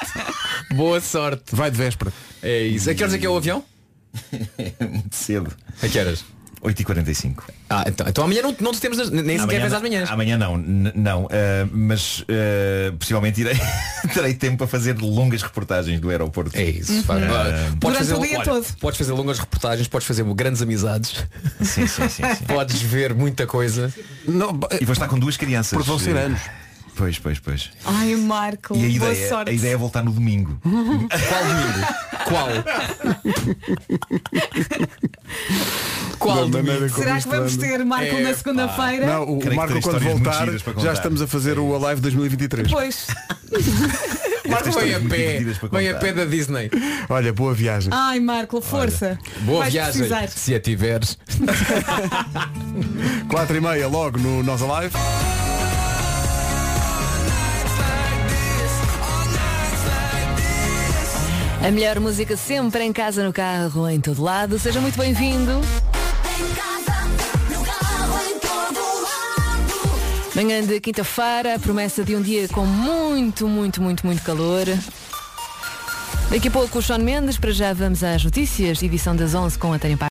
S21: Boa sorte.
S2: Vai de véspera.
S21: É isso. A que horas é que é o avião?
S17: Muito cedo.
S21: A que horas?
S17: 8h45.
S1: Ah, então, então amanhã não, não te temos nas- nem sequer vens às manhãs.
S17: Amanhã não, n- não. ah, mas ah, possivelmente irei, terei tempo a fazer longas reportagens do aeroporto. Eh, É
S1: isso, faz- Podes fazer, olha, Podes fazer longas reportagens, podes fazer grandes amizades.
S17: Sim, sim, sim.
S1: Podes ver muita coisa.
S2: eh,
S17: E vou estar com duas crianças.
S1: Porque vão ser anos.
S17: Pois, pois, pois.
S4: Ai, Marco,
S17: E a
S4: boa
S17: ideia,
S4: sorte.
S17: a ideia é voltar no domingo.
S1: Qual?
S2: Qual domingo?
S4: Será que vamos ter Marco na segunda-feira?
S2: Não, o- o, Marco quando voltar já estamos a fazer o Alive 2023.
S4: Pois.
S1: Marco vem a
S2: histórias muito
S1: pé,
S2: divertidas para
S1: vem a
S2: contar.
S1: pé da Disney.
S2: Olha, boa viagem.
S4: Ai, Marco, força.
S1: Boa
S4: Vais
S1: viagem,
S4: precisar.
S1: se a tiveres.
S2: 4 e meia logo no Nós Alive.
S8: A melhor música sempre em casa, no carro, em todo lado. Seja muito bem-vindo. Manhã de quinta-feira, a promessa de um dia com muito, muito, muito, muito calor. Daqui a pouco o Sean Mendes, para já vamos às notícias, edição das 11 com a Tânia Paz.